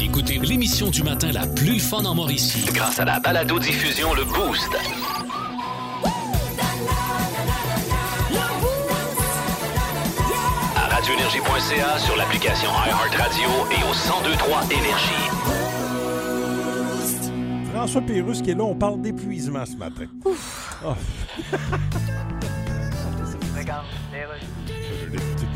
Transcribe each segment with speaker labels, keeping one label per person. Speaker 1: Écoutez l'émission du matin la plus fun en Mauricie.
Speaker 2: Grâce à la balado diffusion le boost. À radioénergie.ca sur l'application iHeartRadio et au 1023 énergie.
Speaker 3: François Pérus qui est là, on parle d'épuisement ce matin. Oh,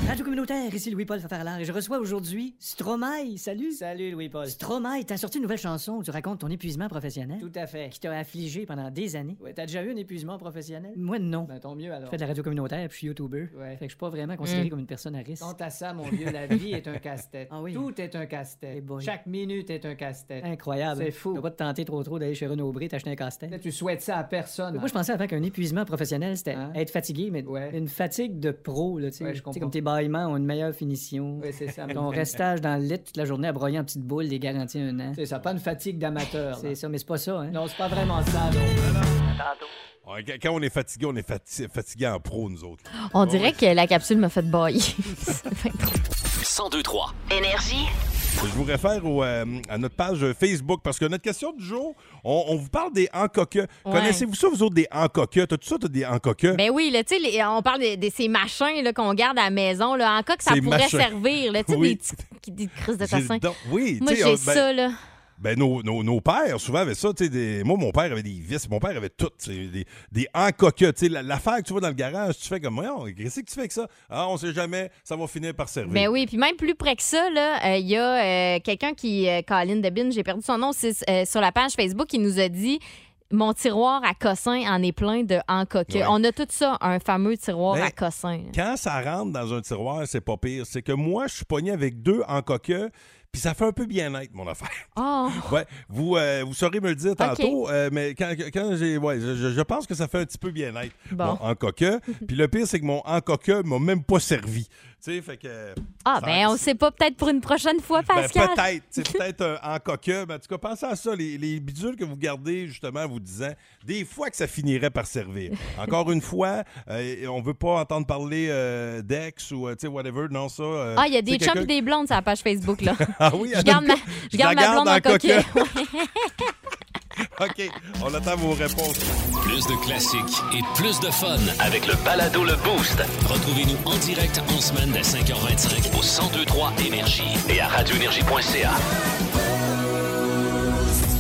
Speaker 4: Radio communautaire, ici Louis-Paul Fafarlard et je reçois aujourd'hui Stromae. Salut.
Speaker 5: Salut Louis-Paul.
Speaker 4: Stromae, t'as sorti une nouvelle chanson où tu racontes ton épuisement professionnel
Speaker 5: Tout à fait.
Speaker 4: qui t'a affligé pendant des années.
Speaker 5: Ouais, t'as déjà eu un épuisement professionnel?
Speaker 4: Moi, non.
Speaker 5: Ben tant mieux
Speaker 4: Je
Speaker 5: alors.
Speaker 4: fais de la radio communautaire puis je suis YouTuber.
Speaker 5: Ouais.
Speaker 4: Fait que je suis pas vraiment considéré comme une personne à risque.
Speaker 5: Quant à ça, mon vieux, la vie est un casse-tête.
Speaker 4: Ah oui.
Speaker 5: Tout est un
Speaker 4: Eh
Speaker 5: casse-tête.
Speaker 4: boy.
Speaker 5: Chaque minute est un casse-tête.
Speaker 4: Incroyable.
Speaker 5: C'est fou.
Speaker 4: Faut pas te tenter trop trop d'aller chez Renaud Bré t'acheter un
Speaker 5: Là,
Speaker 4: casse-tête.
Speaker 5: tu souhaites ça à personne.
Speaker 4: Moi, je pensais avant qu'un épuisement professionnel, c'était
Speaker 5: Hein?
Speaker 4: être fatigué, mais
Speaker 5: Ouais.
Speaker 4: une fatigue de pro, là, tu sais.
Speaker 5: Ouais, je
Speaker 4: Tu sais,
Speaker 5: comprends.
Speaker 4: comme tes bâillements ont une meilleure finition.
Speaker 5: Oui, c'est ça. mais-
Speaker 4: Ton restage dans le lit toute la journée à broyer en petites boules est garanti un an.
Speaker 5: C'est ça, pas une fatigue d'amateur. là.
Speaker 4: C'est ça, mais c'est pas ça, hein?
Speaker 5: Non, c'est pas vraiment ça. non.
Speaker 3: ouais, qu- Quand on est fatigué, on est fati- fatigué en pro, nous autres.
Speaker 6: On dirait que la capsule m'a fait bailler.
Speaker 2: 1023
Speaker 3: Je vous réfère au, euh, à notre page Facebook parce que notre question du jour, on, on vous parle des encoqueux. Connaissez-vous ça, vous autres, des encoqueux? T'as tout ça, t'as des encoqueux?
Speaker 6: ben oui, là, tu sais, les- on parle de, de ces machins là, qu'on garde à la maison, là, en cas que ça
Speaker 3: Ces
Speaker 6: pourrait
Speaker 3: machins.
Speaker 6: servir, là, tu sais,
Speaker 3: Oui.
Speaker 6: des petites qui- des crises de
Speaker 3: J'ai le
Speaker 6: tassin.
Speaker 3: don. Oui,
Speaker 6: Moi,
Speaker 3: tu
Speaker 6: j'ai
Speaker 3: sais, on- ben,
Speaker 6: ça, là.
Speaker 3: ben, nos, nos- nos pères, souvent, avaient ça. tu sais, Des... Moi, mon père avait des vis, mon père avait tout. tu sais, Des, des encoqueux. Tu sais, la- L'affaire que tu vois dans le garage, tu fais comme, voyons, qu'est-ce que tu fais avec ça? Ah, on sait jamais, ça va finir par servir.
Speaker 6: Ben oui, puis même plus près que ça, là, euh, il y a euh, quelqu'un qui, euh, Colin Debin, j'ai perdu son nom, c'est euh, sur la page Facebook, qui nous a dit Mon tiroir à cossin en est plein de encoque.
Speaker 3: Ouais.
Speaker 6: On a tout ça, un fameux tiroir
Speaker 3: Ben,
Speaker 6: à cossin.
Speaker 3: Quand ça rentre dans un tiroir, c'est pas pire. C'est que moi, je suis pogné avec deux encoqueux, puis ça fait un peu bien-être, mon affaire.
Speaker 7: Ah.
Speaker 6: Oh,
Speaker 3: Ouais, vous, euh, vous saurez me le dire tantôt, euh, mais quand, quand j'ai. Ouais, je, je- je pense que ça fait un petit peu bien-être.
Speaker 6: Bon.
Speaker 3: Mon encoqueux. Puis le pire, c'est que mon encoqueux m'a même pas servi. Tu sais, fait que.
Speaker 6: ah
Speaker 3: Ça-
Speaker 6: ben on sait pas, peut-être pour une prochaine fois,
Speaker 3: ben,
Speaker 6: Pascal.
Speaker 3: peut-être. tu sais, Peut-être un encoqueux. Mais en tout cas, pensez à ça. Les, les bidules que vous gardez, justement, vous disant des fois que ça finirait par servir. Encore une fois, euh, on veut pas entendre parler euh, d'ex ou, euh, tu sais, whatever. Non, ça. euh,
Speaker 6: ah, il y a
Speaker 3: c'est
Speaker 6: des chums
Speaker 3: quelqu'un-
Speaker 6: et des blondes sur la page Facebook, là.
Speaker 3: Ah oui,
Speaker 6: Je garde ma, je garde
Speaker 3: la
Speaker 6: ma blonde en
Speaker 3: garde en
Speaker 6: coquille.
Speaker 3: OK, on attend vos réponses.
Speaker 1: Plus de classiques et plus de fun.
Speaker 2: avec le balado le boost
Speaker 1: Retrouvez-nous en direct en semaine dès 5h25
Speaker 2: au 1023 énergie et à radioénergie.ca.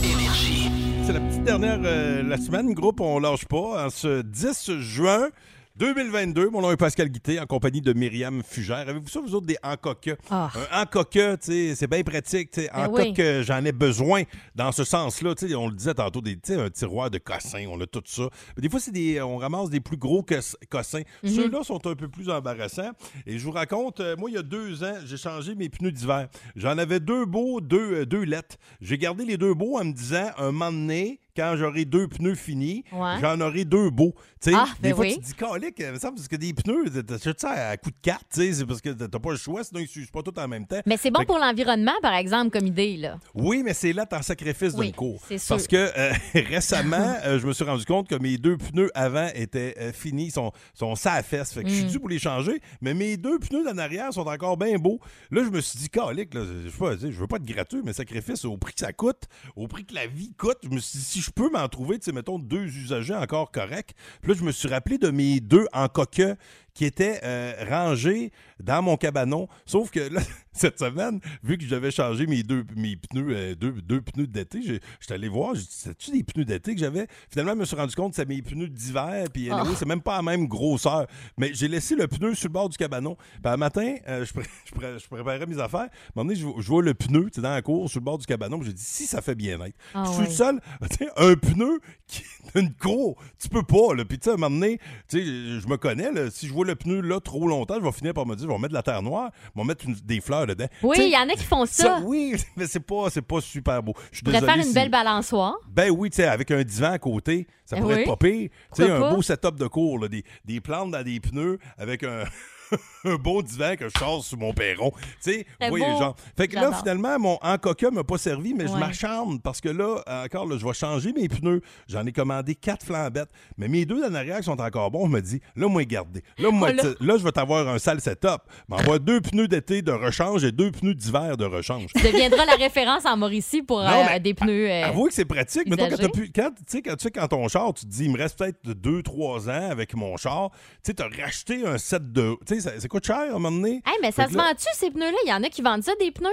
Speaker 2: Énergie.
Speaker 3: C'est la petite dernière euh, la semaine. Groupe, on lâche pas. En ce 10 juin 2022, mon nom est Pascal Guité, en compagnie de Myriam Fugère. Avez-vous ça, vous autres, des encoqueux?
Speaker 6: Ah.
Speaker 3: Un encoqueux, tu sais, c'est bien pratique. tu sais.
Speaker 6: Ben
Speaker 3: En
Speaker 6: oui.
Speaker 3: coque, euh, j'en ai besoin dans ce sens-là. Tu sais, On le disait tantôt, des, tu sais, un tiroir de cossins, on a tout ça. Mais des fois, c'est des, on ramasse des plus gros que- cossins.
Speaker 6: Mhm.
Speaker 3: Ceux-là sont un peu plus embarrassants. Et je vous raconte, euh, moi, il y a deux ans, j'ai changé mes pneus d'hiver. J'en avais deux beaux, deux, euh, deux lettres. J'ai gardé les deux beaux en me disant, un moment donné, quand j'aurai deux pneus finis,
Speaker 6: Ouais.
Speaker 3: j'en aurai deux beaux. Tu sais,
Speaker 6: Ah,
Speaker 3: des
Speaker 6: ben
Speaker 3: fois,
Speaker 6: oui.
Speaker 3: tu te dis, calique, il me semble parce que des pneus, t'achètes ça à coup de quatre, tu sais, c'est parce que t'as pas le choix, sinon ils s'usent pas tout en même temps.
Speaker 6: Mais c'est bon
Speaker 3: Fait que-
Speaker 6: pour l'environnement, par exemple, comme idée, là.
Speaker 3: Oui, mais c'est là en sacrifice
Speaker 6: Oui,
Speaker 3: d'une cour.
Speaker 6: c'est sûr.
Speaker 3: Parce que euh, récemment, euh, je me suis rendu compte que mes deux pneus avant étaient euh, finis, ils sont, sont ça à fesse. Fait que je
Speaker 6: Mm.
Speaker 3: suis dû pour les changer, mais mes deux pneus d'en arrière sont encore bien beaux. Là, je me suis dit, calique, là, je, sais pas, tu sais, je veux pas être gratuit, mais sacrifice au prix que ça coûte, au prix que la vie coûte. Je me suis dit, si je peux m'en trouver, tu sais, mettons deux usagers encore corrects. Puis là, je me suis rappelé de mes deux en coqueux qui étaient euh, rangés dans mon cabanon. Sauf que là, cette semaine, vu que j'avais changé mes deux mes pneus, euh, deux, deux pneus d'été, j'ai- j'étais allé voir, j'ai dit, c'est-tu des pneus d'été que j'avais? Finalement, je me suis rendu compte que c'est mes pneus d'hiver, puis
Speaker 6: Ah.
Speaker 3: anyway, c'est même pas la même grosseur. Mais j'ai laissé le pneu sur le bord du cabanon. Puis un matin, euh, je, pré- je pré- je préparais mes affaires. À un moment donné, je, vois- je vois le pneu, tu sais, dans la cour, sur le bord du cabanon, puis j'ai dit, si ça fait bien être.
Speaker 6: Ah
Speaker 3: je suis
Speaker 6: ouais.
Speaker 3: le seul, ben, tu sais, un pneu qui une cour, tu peux pas, là. Puis tu sais, à un moment donné, tu sais, je- je me connais, là, si je vois le pneu là trop longtemps, je vais finir par me dire, je vais mettre de la terre noire, je vais mettre une- des fleurs dedans.
Speaker 6: Oui,
Speaker 3: Tu sais,
Speaker 6: il y en a qui font ça.
Speaker 3: oui, mais c'est pas, c'est pas super beau. Je suis
Speaker 6: Je préfère
Speaker 3: désolé
Speaker 6: une
Speaker 3: si-
Speaker 6: belle balançoire.
Speaker 3: Ben oui, tu sais, avec un divan à côté, ça
Speaker 6: Eh
Speaker 3: pourrait
Speaker 6: oui.
Speaker 3: être pas pire. Tu sais,
Speaker 6: Pourquoi
Speaker 3: un
Speaker 6: pas?
Speaker 3: beau setup de cours, là, des, des plantes dans des pneus avec un, un beau divan que je chasse sous mon perron. Tu sais,
Speaker 6: Très
Speaker 3: oui,
Speaker 6: beau.
Speaker 3: genre. Fait que là,
Speaker 6: J'adore.
Speaker 3: finalement, mon en coca m'a pas servi, mais je
Speaker 6: Ouais.
Speaker 3: m'acharne parce que là, encore, là, je vais changer mes pneus. J'en ai commandé quatre flambettes, mais mes deux en arrière qui sont encore bons. Je me dis, là, moi, gardez. Là, moi,
Speaker 6: Oh là.
Speaker 3: tu- là, je vais t'avoir un sale setup. M'envoie deux pneus d'été de rechange et deux pneus d'hiver de rechange.
Speaker 6: Tu deviendras la référence en Mauricie pour
Speaker 3: Non,
Speaker 6: euh,
Speaker 3: mais
Speaker 6: des pneus. euh,
Speaker 3: Avouez que c'est pratique. Mais quand,
Speaker 6: usagé.
Speaker 3: t'as plus- quand, tu sais, quand tu sais, quand ton char, tu te dis, il me reste peut-être 2-3 ans avec mon char, tu sais, t'as racheté un set de. Tu sais, ça, ça coûte cher à un moment donné?
Speaker 6: Hey, mais ça
Speaker 3: Fait
Speaker 6: se
Speaker 3: que là-
Speaker 6: vend-tu, ces pneus-là? Il y en a qui vendent ça, des pneus?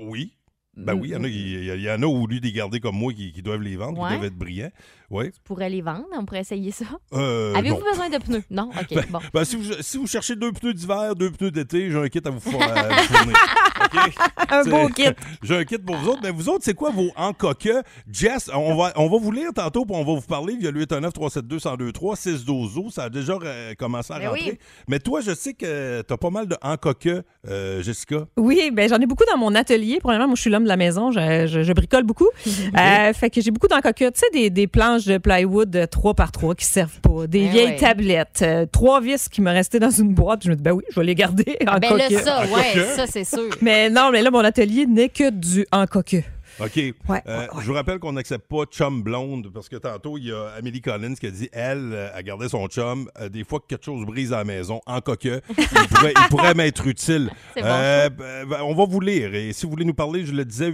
Speaker 3: Oui. Ben oui, il y en a qui- il y, a- il y en a au lieu des garder comme moi qui, qui doivent les vendre, qui
Speaker 6: Mm. Ouais.
Speaker 3: doivent être brillants. Oui.
Speaker 6: On pourrait les vendre, on pourrait essayer ça.
Speaker 3: Euh,
Speaker 6: Avez-vous
Speaker 3: non.
Speaker 6: besoin de pneus? Non? OK, bon.
Speaker 3: Ben, si, vous, si vous cherchez deux pneus d'hiver, deux pneus d'été, j'ai un kit à vous four- à vous fournir. OK?
Speaker 6: Un
Speaker 3: C'est- J'ai un kit pour vous autres. Mais vous autres, c'est quoi vos en coque? Jess, on va, on va vous lire tantôt puis on va vous parler via le 819 372 1023 612 Ça a déjà euh, commencé à
Speaker 8: Ben
Speaker 3: rentrer.
Speaker 8: oui.
Speaker 3: Mais toi, je sais que t'as pas mal de en coque, euh, Jessica.
Speaker 8: Oui, ben j'en ai beaucoup dans mon atelier. Premièrement, moi, je suis l'homme de la maison. Je, je- je bricole beaucoup. Euh, fait que j'ai beaucoup d'encoquettes. Tu sais, des, des planches de plywood de 3 par 3 qui servent pas, des
Speaker 6: Ben
Speaker 8: vieilles
Speaker 6: ouais.
Speaker 8: tablettes, euh, trois vis qui me restaient dans une boîte. Je me dis, ben oui, je vais les garder en
Speaker 6: Ben là,
Speaker 8: coquette.
Speaker 6: ça,
Speaker 3: En
Speaker 6: ouais,
Speaker 3: coqueux.
Speaker 6: ça, c'est sûr.
Speaker 8: Mais non, mais là, mon atelier n'est que du en coqueux.
Speaker 3: OK.
Speaker 8: Ouais,
Speaker 3: Euh,
Speaker 8: ouais, ouais.
Speaker 3: Je vous rappelle qu'on n'accepte pas chum blonde parce que tantôt, il y a Amélie Collins qui a dit elle, euh, a gardé son chum. euh, des fois que quelque chose brise à la maison, en coqueux, il pourrait, il pourrait m'être utile.
Speaker 6: C'est bon.
Speaker 3: Euh, ben, ben, on va vous lire. Et si vous voulez nous parler, je le disais,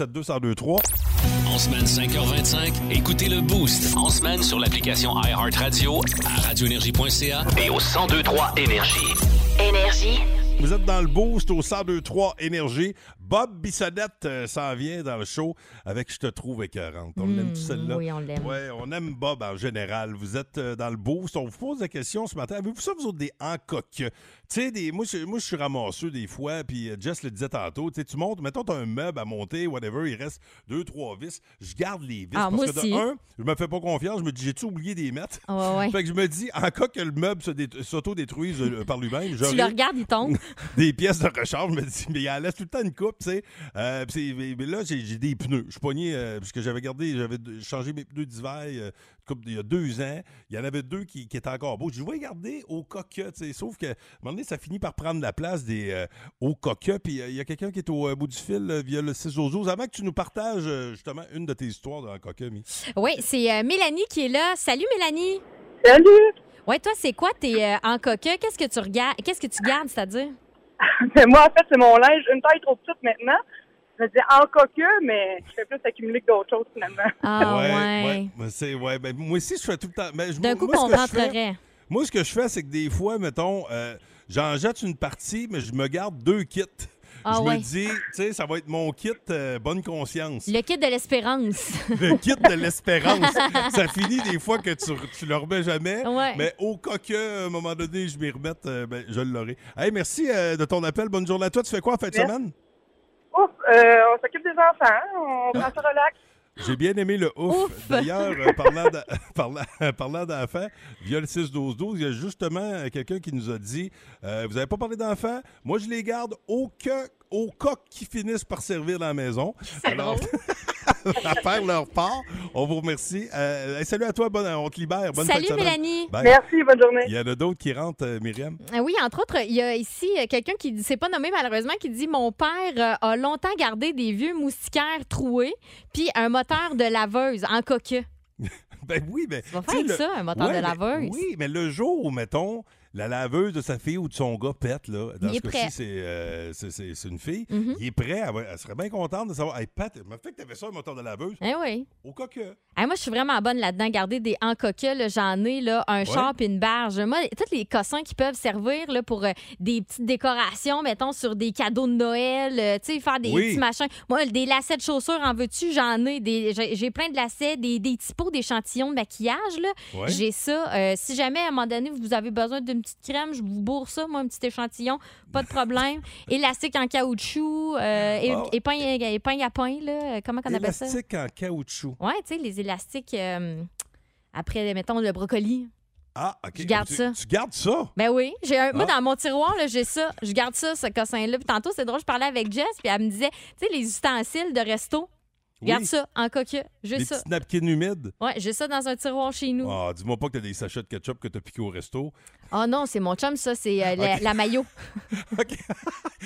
Speaker 3: 819-372-1023.
Speaker 1: En semaine 5h25, écoutez le Boost
Speaker 2: En semaine sur l'application iHeartRadio
Speaker 1: à radioénergie.ca.
Speaker 2: et au 1023 Énergie.
Speaker 9: Énergie.
Speaker 3: Vous êtes dans le boost au 102-3 Énergie. Bob Bissonnette euh, s'en vient dans le show avec Je te trouve écœurante. On l'aime tout celle-là?
Speaker 6: Hmm, oui, on l'aime.
Speaker 3: Ouais, on aime Bob en général. Vous êtes euh, dans le boost. On vous pose la question ce matin. Avez-vous ça, vous autres, des en coque? Tu sais, des- moi, je moi, je suis ramasseux des fois, puis euh, Jess le disait tantôt. Tu sais, tu montes, mettons, t'as un meuble à monter, whatever, il reste deux, trois vis. Je garde les vis.
Speaker 6: Ah,
Speaker 3: parce
Speaker 6: moi
Speaker 3: que
Speaker 6: aussi.
Speaker 3: de un, je me fais pas confiance. Je me dis, j'ai-tu oublié des mettre?
Speaker 6: Ah Ouais, ouais.
Speaker 3: Fait que je me dis, en cas que le meuble se dé- s'auto-détruise euh, par lui-même,
Speaker 6: Tu
Speaker 3: j'aurais-
Speaker 6: le regardes, il tombe.
Speaker 3: des pièces de recharge. Je me dis, mais il en laisse tout le temps une coupe, tu sais. Euh, puis c'est- mais- mais là, j'ai j'ai des pneus. Je suis pogné, euh, parce que j'avais gardé, j'avais de- changé mes pneus d'hiver euh, une couple- il y a deux ans. Il y en avait deux qui, qui étaient encore beaux. Je vais garder au coquet, tu sais. Sauf que, à un moment donné, ça finit par prendre la place des euh, au coquet. Puis euh, il y a quelqu'un qui est au euh, bout du fil euh, via le 6 aux os. Avant que tu nous partages, euh, justement, une de tes histoires dans coquet, mais
Speaker 6: Oui, c'est euh, Mélanie qui est là. Salut, Mélanie.
Speaker 7: Salut!
Speaker 6: Ouais, toi, c'est quoi tes euh, en coqueux? Qu'est-ce que tu regardes? Qu'est-ce que tu gardes, c'est-à-dire?
Speaker 7: Mais moi, en fait, c'est mon linge, une taille trop petite maintenant. Je me dis en coqueux, mais je fais plus accumuler que d'autres choses finalement.
Speaker 6: Ah, ouais.
Speaker 3: ouais. ouais, c'est- ouais, ben, moi aussi, je fais tout le temps. ben, je-
Speaker 6: D'un coup,
Speaker 3: moi, ce
Speaker 6: qu'on
Speaker 3: que je fais-
Speaker 6: rentrerait.
Speaker 3: Moi, ce que je fais, c'est que des fois, mettons, euh, j'en jette une partie, mais je me garde deux kits.
Speaker 6: Ah,
Speaker 3: je
Speaker 6: ouais.
Speaker 3: me dis, tu sais, ça va être mon kit euh, bonne conscience.
Speaker 6: Le kit de l'espérance.
Speaker 3: Le kit de l'espérance. ça finit des fois que tu, tu le remets jamais.
Speaker 6: Ouais.
Speaker 3: Mais au cas que, à un moment donné, je m'y remette, euh, ben, je l'aurai. Hey, merci euh, de ton appel. Bonne journée à toi. Tu fais quoi en fin de
Speaker 7: Merci.
Speaker 3: semaine?
Speaker 7: Ouf, euh, on s'occupe des enfants, on prend
Speaker 3: Ah.
Speaker 7: ça relax.
Speaker 3: J'ai bien aimé le ouf.
Speaker 6: Ouf.
Speaker 3: D'ailleurs, euh, parlant de- parlant- parlant d'enfants, via le 6-12-12, il y a justement euh, quelqu'un qui nous a dit euh, Vous n'avez pas parlé d'enfants Moi, je les garde au, que, au coq qui finissent par servir dans la maison. Alors, à faire leur part, on vous remercie. Euh, hey, salut à toi, bonne, on te libère. Bonne fin de
Speaker 6: Salut,
Speaker 3: semaine.
Speaker 6: Mélanie.
Speaker 3: Bye.
Speaker 7: Merci, bonne journée.
Speaker 3: Il y en a d'autres qui rentrent, euh, Myriam.
Speaker 6: Ah Oui, entre autres, il y a ici euh, quelqu'un qui ne s'est pas nommé malheureusement, qui dit Mon père euh, a longtemps gardé des vieux moustiquaires troués, puis un moteur de laveuse en coqueux.
Speaker 3: Ben oui, ben.
Speaker 6: Tu vas
Speaker 3: tu
Speaker 6: faire
Speaker 3: sais,
Speaker 6: avec
Speaker 3: le-
Speaker 6: ça, un moteur
Speaker 3: Ouais,
Speaker 6: de
Speaker 3: Mais,
Speaker 6: laveuse.
Speaker 3: oui, mais le jour où, mettons, la laveuse de sa fille ou de son gars pète, là, dans
Speaker 6: Il
Speaker 3: ce
Speaker 6: est prêt.
Speaker 3: cas-ci, c'est, euh, c'est, c'est- c'est une fille,
Speaker 6: Mhm.
Speaker 3: il est prêt, elle, va- elle serait bien contente de savoir, hey, Pat, m'a fait que t'avais ça, un moteur de laveuse,
Speaker 6: Hein, oui.
Speaker 3: au euh. cas que.
Speaker 6: Ah, moi, je suis vraiment bonne là-dedans. Garder des en coqueux, là, j'en ai là, un char puis une barge. Moi, tous les cossins qui peuvent servir là, pour euh, des petites décorations, mettons, sur des cadeaux de Noël, euh, tu sais, faire des
Speaker 3: Oui.
Speaker 6: petits machins. Moi, des lacets de chaussures, en veux-tu? J'en ai. Des, j'ai, j'ai plein de lacets, des, des petits pots d'échantillons de maquillage. Là.
Speaker 3: Ouais.
Speaker 6: J'ai ça. Euh, si jamais, à un moment donné, vous avez besoin d'une petite crème, je vous bourre ça, moi, un petit échantillon. Pas de problème. Élastique en caoutchouc, euh, é-
Speaker 3: Ah.
Speaker 6: épingle, épingle à pain, là. euh, Comment qu'on appelle ça?
Speaker 3: Élastique en caoutchouc.
Speaker 6: Ouais, tu sais, les élastiques. euh, après, mettons, le brocoli.
Speaker 3: Ah, OK.
Speaker 6: Je garde
Speaker 3: tu,
Speaker 6: ça.
Speaker 3: Tu gardes ça?
Speaker 6: Ben oui, j'ai un- moi
Speaker 3: Ah.
Speaker 6: dans mon tiroir là, j'ai ça, je garde ça ce cossin là. Puis tantôt c'est drôle, je parlais avec Jess puis elle me disait, tu sais les ustensiles de resto, Regarde
Speaker 3: Oui.
Speaker 6: ça, en coque, j'ai
Speaker 3: Des
Speaker 6: ça.
Speaker 3: petites napkins humides.
Speaker 6: Ouais, j'ai ça dans un tiroir chez nous.
Speaker 3: Ah, dis-moi pas que t'as des sachets de ketchup que t'as piqué au resto.
Speaker 6: Oh non, c'est mon chum, ça, c'est euh, la,
Speaker 3: Ah, Ok.
Speaker 6: la maillot.
Speaker 3: OK.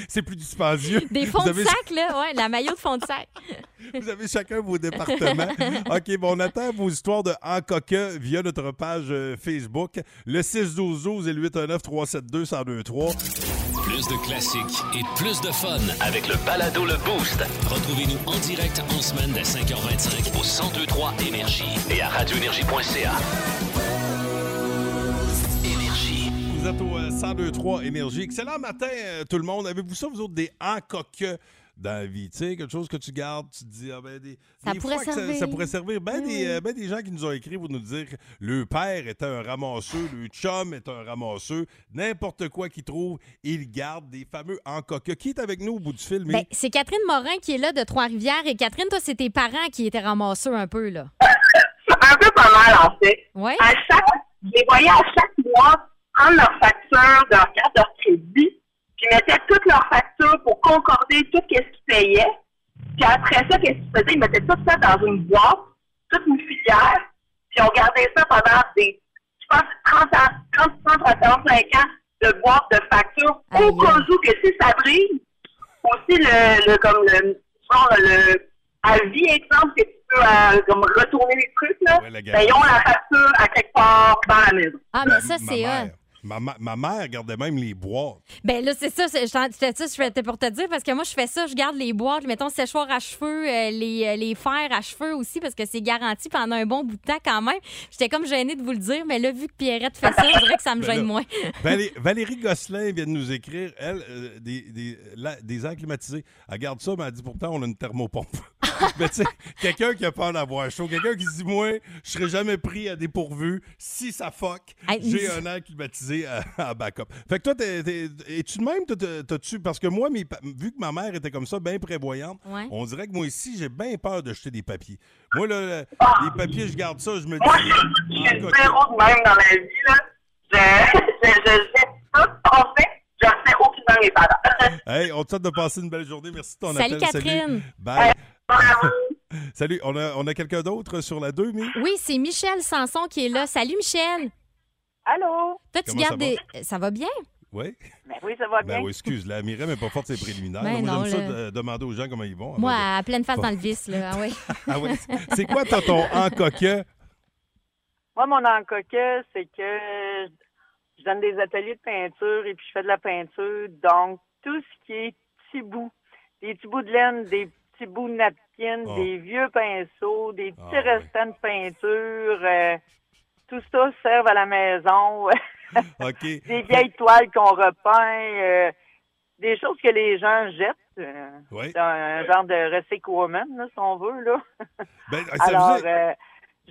Speaker 3: C'est plus dispendieux.
Speaker 6: Des fonds
Speaker 3: Vous
Speaker 6: de
Speaker 3: avez-
Speaker 6: sac, là, ouais, la maillot de fond de sac.
Speaker 3: Vous avez chacun vos départements. OK, bon, on attend vos histoires de En coque via notre page euh, Facebook, le 612 et le 819 372 1023
Speaker 1: Plus de classiques et plus de fun.
Speaker 2: Avec le balado Le Boost
Speaker 1: Retrouvez-nous en direct en semaine dès 5h25
Speaker 2: au 1023 Énergie et à radioénergie.ca. Énergie.
Speaker 3: Vous êtes au euh, 1023 Énergie. Excellent matin, euh, tout le monde. Avez-vous ça, vous autres, des En coque dans la vie? Tu sais, quelque chose que tu gardes, tu te dis, ah ben, des.
Speaker 6: Ça
Speaker 3: des
Speaker 6: pourrait
Speaker 3: fois que ça,
Speaker 6: servir.
Speaker 3: ça pourrait servir. Ben,
Speaker 6: Oui,
Speaker 3: des,
Speaker 6: oui.
Speaker 3: euh, ben, des gens qui nous ont écrit pour nous dire que le père était un ramasseux, le chum est un ramasseux. N'importe quoi qu'ils trouvent, ils gardent des fameux En coque. Qui est avec nous au bout du film?
Speaker 6: Ben, c'est Catherine Morin qui est là de Trois-Rivières. Et Catherine, toi, c'est tes parents qui étaient ramasseux un peu, là.
Speaker 7: Un peu pas mal, en fait.
Speaker 6: Ouais?
Speaker 7: À chaque, je les voyais à chaque mois prendre leurs factures, leur carte de crédit, puis ils mettaient toutes leurs factures pour concorder tout ce qu'ils payaient. Puis après ça, qu'est-ce qu'ils faisaient? Ils mettaient tout ça dans une boîte, toute une filière, puis on gardait ça pendant des, je pense, 30 ans, 30, 30 à 45 ans de boîte de factures, au
Speaker 6: Aïe.
Speaker 7: cas où que si ça brille, aussi le, le comme le, genre le avis exemple que tu peux euh, comme retourner les trucs là,
Speaker 3: Ouais, la
Speaker 7: ben, ils ont la facture à quelque part dans la maison.
Speaker 6: Ah, mais ça,
Speaker 3: Ben, ma
Speaker 6: c'est hot.
Speaker 3: mère. Ma, ma- ma mère gardait même les boîtes.
Speaker 6: Ben là, c'est ça. c'est- je t'en- C'était ça, je faisais pour te dire, parce que moi, je fais ça. Je garde les boîtes, mettons, séchoir à cheveux, euh, les, euh, les fers à cheveux aussi, parce que c'est garanti pendant un bon bout de temps quand même. J'étais comme gênée de vous le dire, mais là, vu que Pierrette fait ça, je dirais que ça me
Speaker 3: Ben là.
Speaker 6: gêne moins.
Speaker 3: Valé- Valérie Gosselin vient de nous écrire, elle, euh, des, des, la- des airs climatisés. Elle garde ça, mais elle dit pourtant, on a une thermopompe. mais tu sais, quelqu'un qui a peur d'avoir chaud, quelqu'un qui se dit, moi, je serai jamais pris à dépourvu si ça fuck.
Speaker 6: Hey,
Speaker 3: J'ai
Speaker 6: nous-
Speaker 3: un air climatisé à, à backup. Fait que toi, t'es- t'es- es-tu de même? t'as- t'as- T'as-tu? Parce que moi, mes pa- vu que ma mère était comme ça, bien prévoyante,
Speaker 6: Ouais.
Speaker 3: on dirait que moi ici, j'ai bien peur de jeter des papiers. Moi, là, le- les papiers, je garde ça, je me
Speaker 7: Moi,
Speaker 3: dis.
Speaker 7: je je
Speaker 3: Ah,
Speaker 7: suis
Speaker 3: coquille.
Speaker 7: zéro de même dans la vie là. Je je je jette tout en fait, je sais aucunement mes parents.
Speaker 3: Hey, on te souhaite de passer une belle journée. Merci de ton
Speaker 6: Salut,
Speaker 3: appel.
Speaker 6: Catherine.
Speaker 3: Bye.
Speaker 7: Bravo.
Speaker 3: Salut, on a, on a quelqu'un d'autre sur la 2, mais
Speaker 6: Oui, c'est Michel Sanson qui est là. Salut, Michel.
Speaker 7: Allô?
Speaker 6: Toi, tu
Speaker 3: Comment
Speaker 6: gardes
Speaker 3: ça va?
Speaker 6: des. euh, Ça va bien?
Speaker 3: oui.
Speaker 7: Ben oui, ça va bien.
Speaker 3: Ben oui, excuse, la Mireille mais pas forte, c'est préliminaire. Moi,
Speaker 6: Ben non,
Speaker 3: j'aime ça
Speaker 6: là.
Speaker 3: de- demander aux gens comment ils vont. avant
Speaker 6: Moi,
Speaker 3: de-
Speaker 6: à pleine face
Speaker 3: Bon.
Speaker 6: dans le vice, là. Ah oui.
Speaker 3: Ah ouais, c'est- C'est quoi ton ton en coquin?
Speaker 7: Moi, mon encoquet, c'est que je donne des ateliers de peinture et puis je fais de la peinture. Donc, tout ce qui est petits bouts, des petits bouts de laine, des petits bouts de napkin,
Speaker 3: Oh.
Speaker 7: des vieux pinceaux, des petits
Speaker 3: Ah, oui.
Speaker 7: restants de peinture, euh, tout ça sert à la maison.
Speaker 3: OK.
Speaker 7: des vieilles toiles qu'on repeint, euh, des choses que les gens jettent. euh,
Speaker 3: Oui.
Speaker 7: c'est un, un genre de recyclement, là, si on veut, là.
Speaker 3: Ben, ça veut
Speaker 7: Alors,
Speaker 3: dire-
Speaker 7: euh,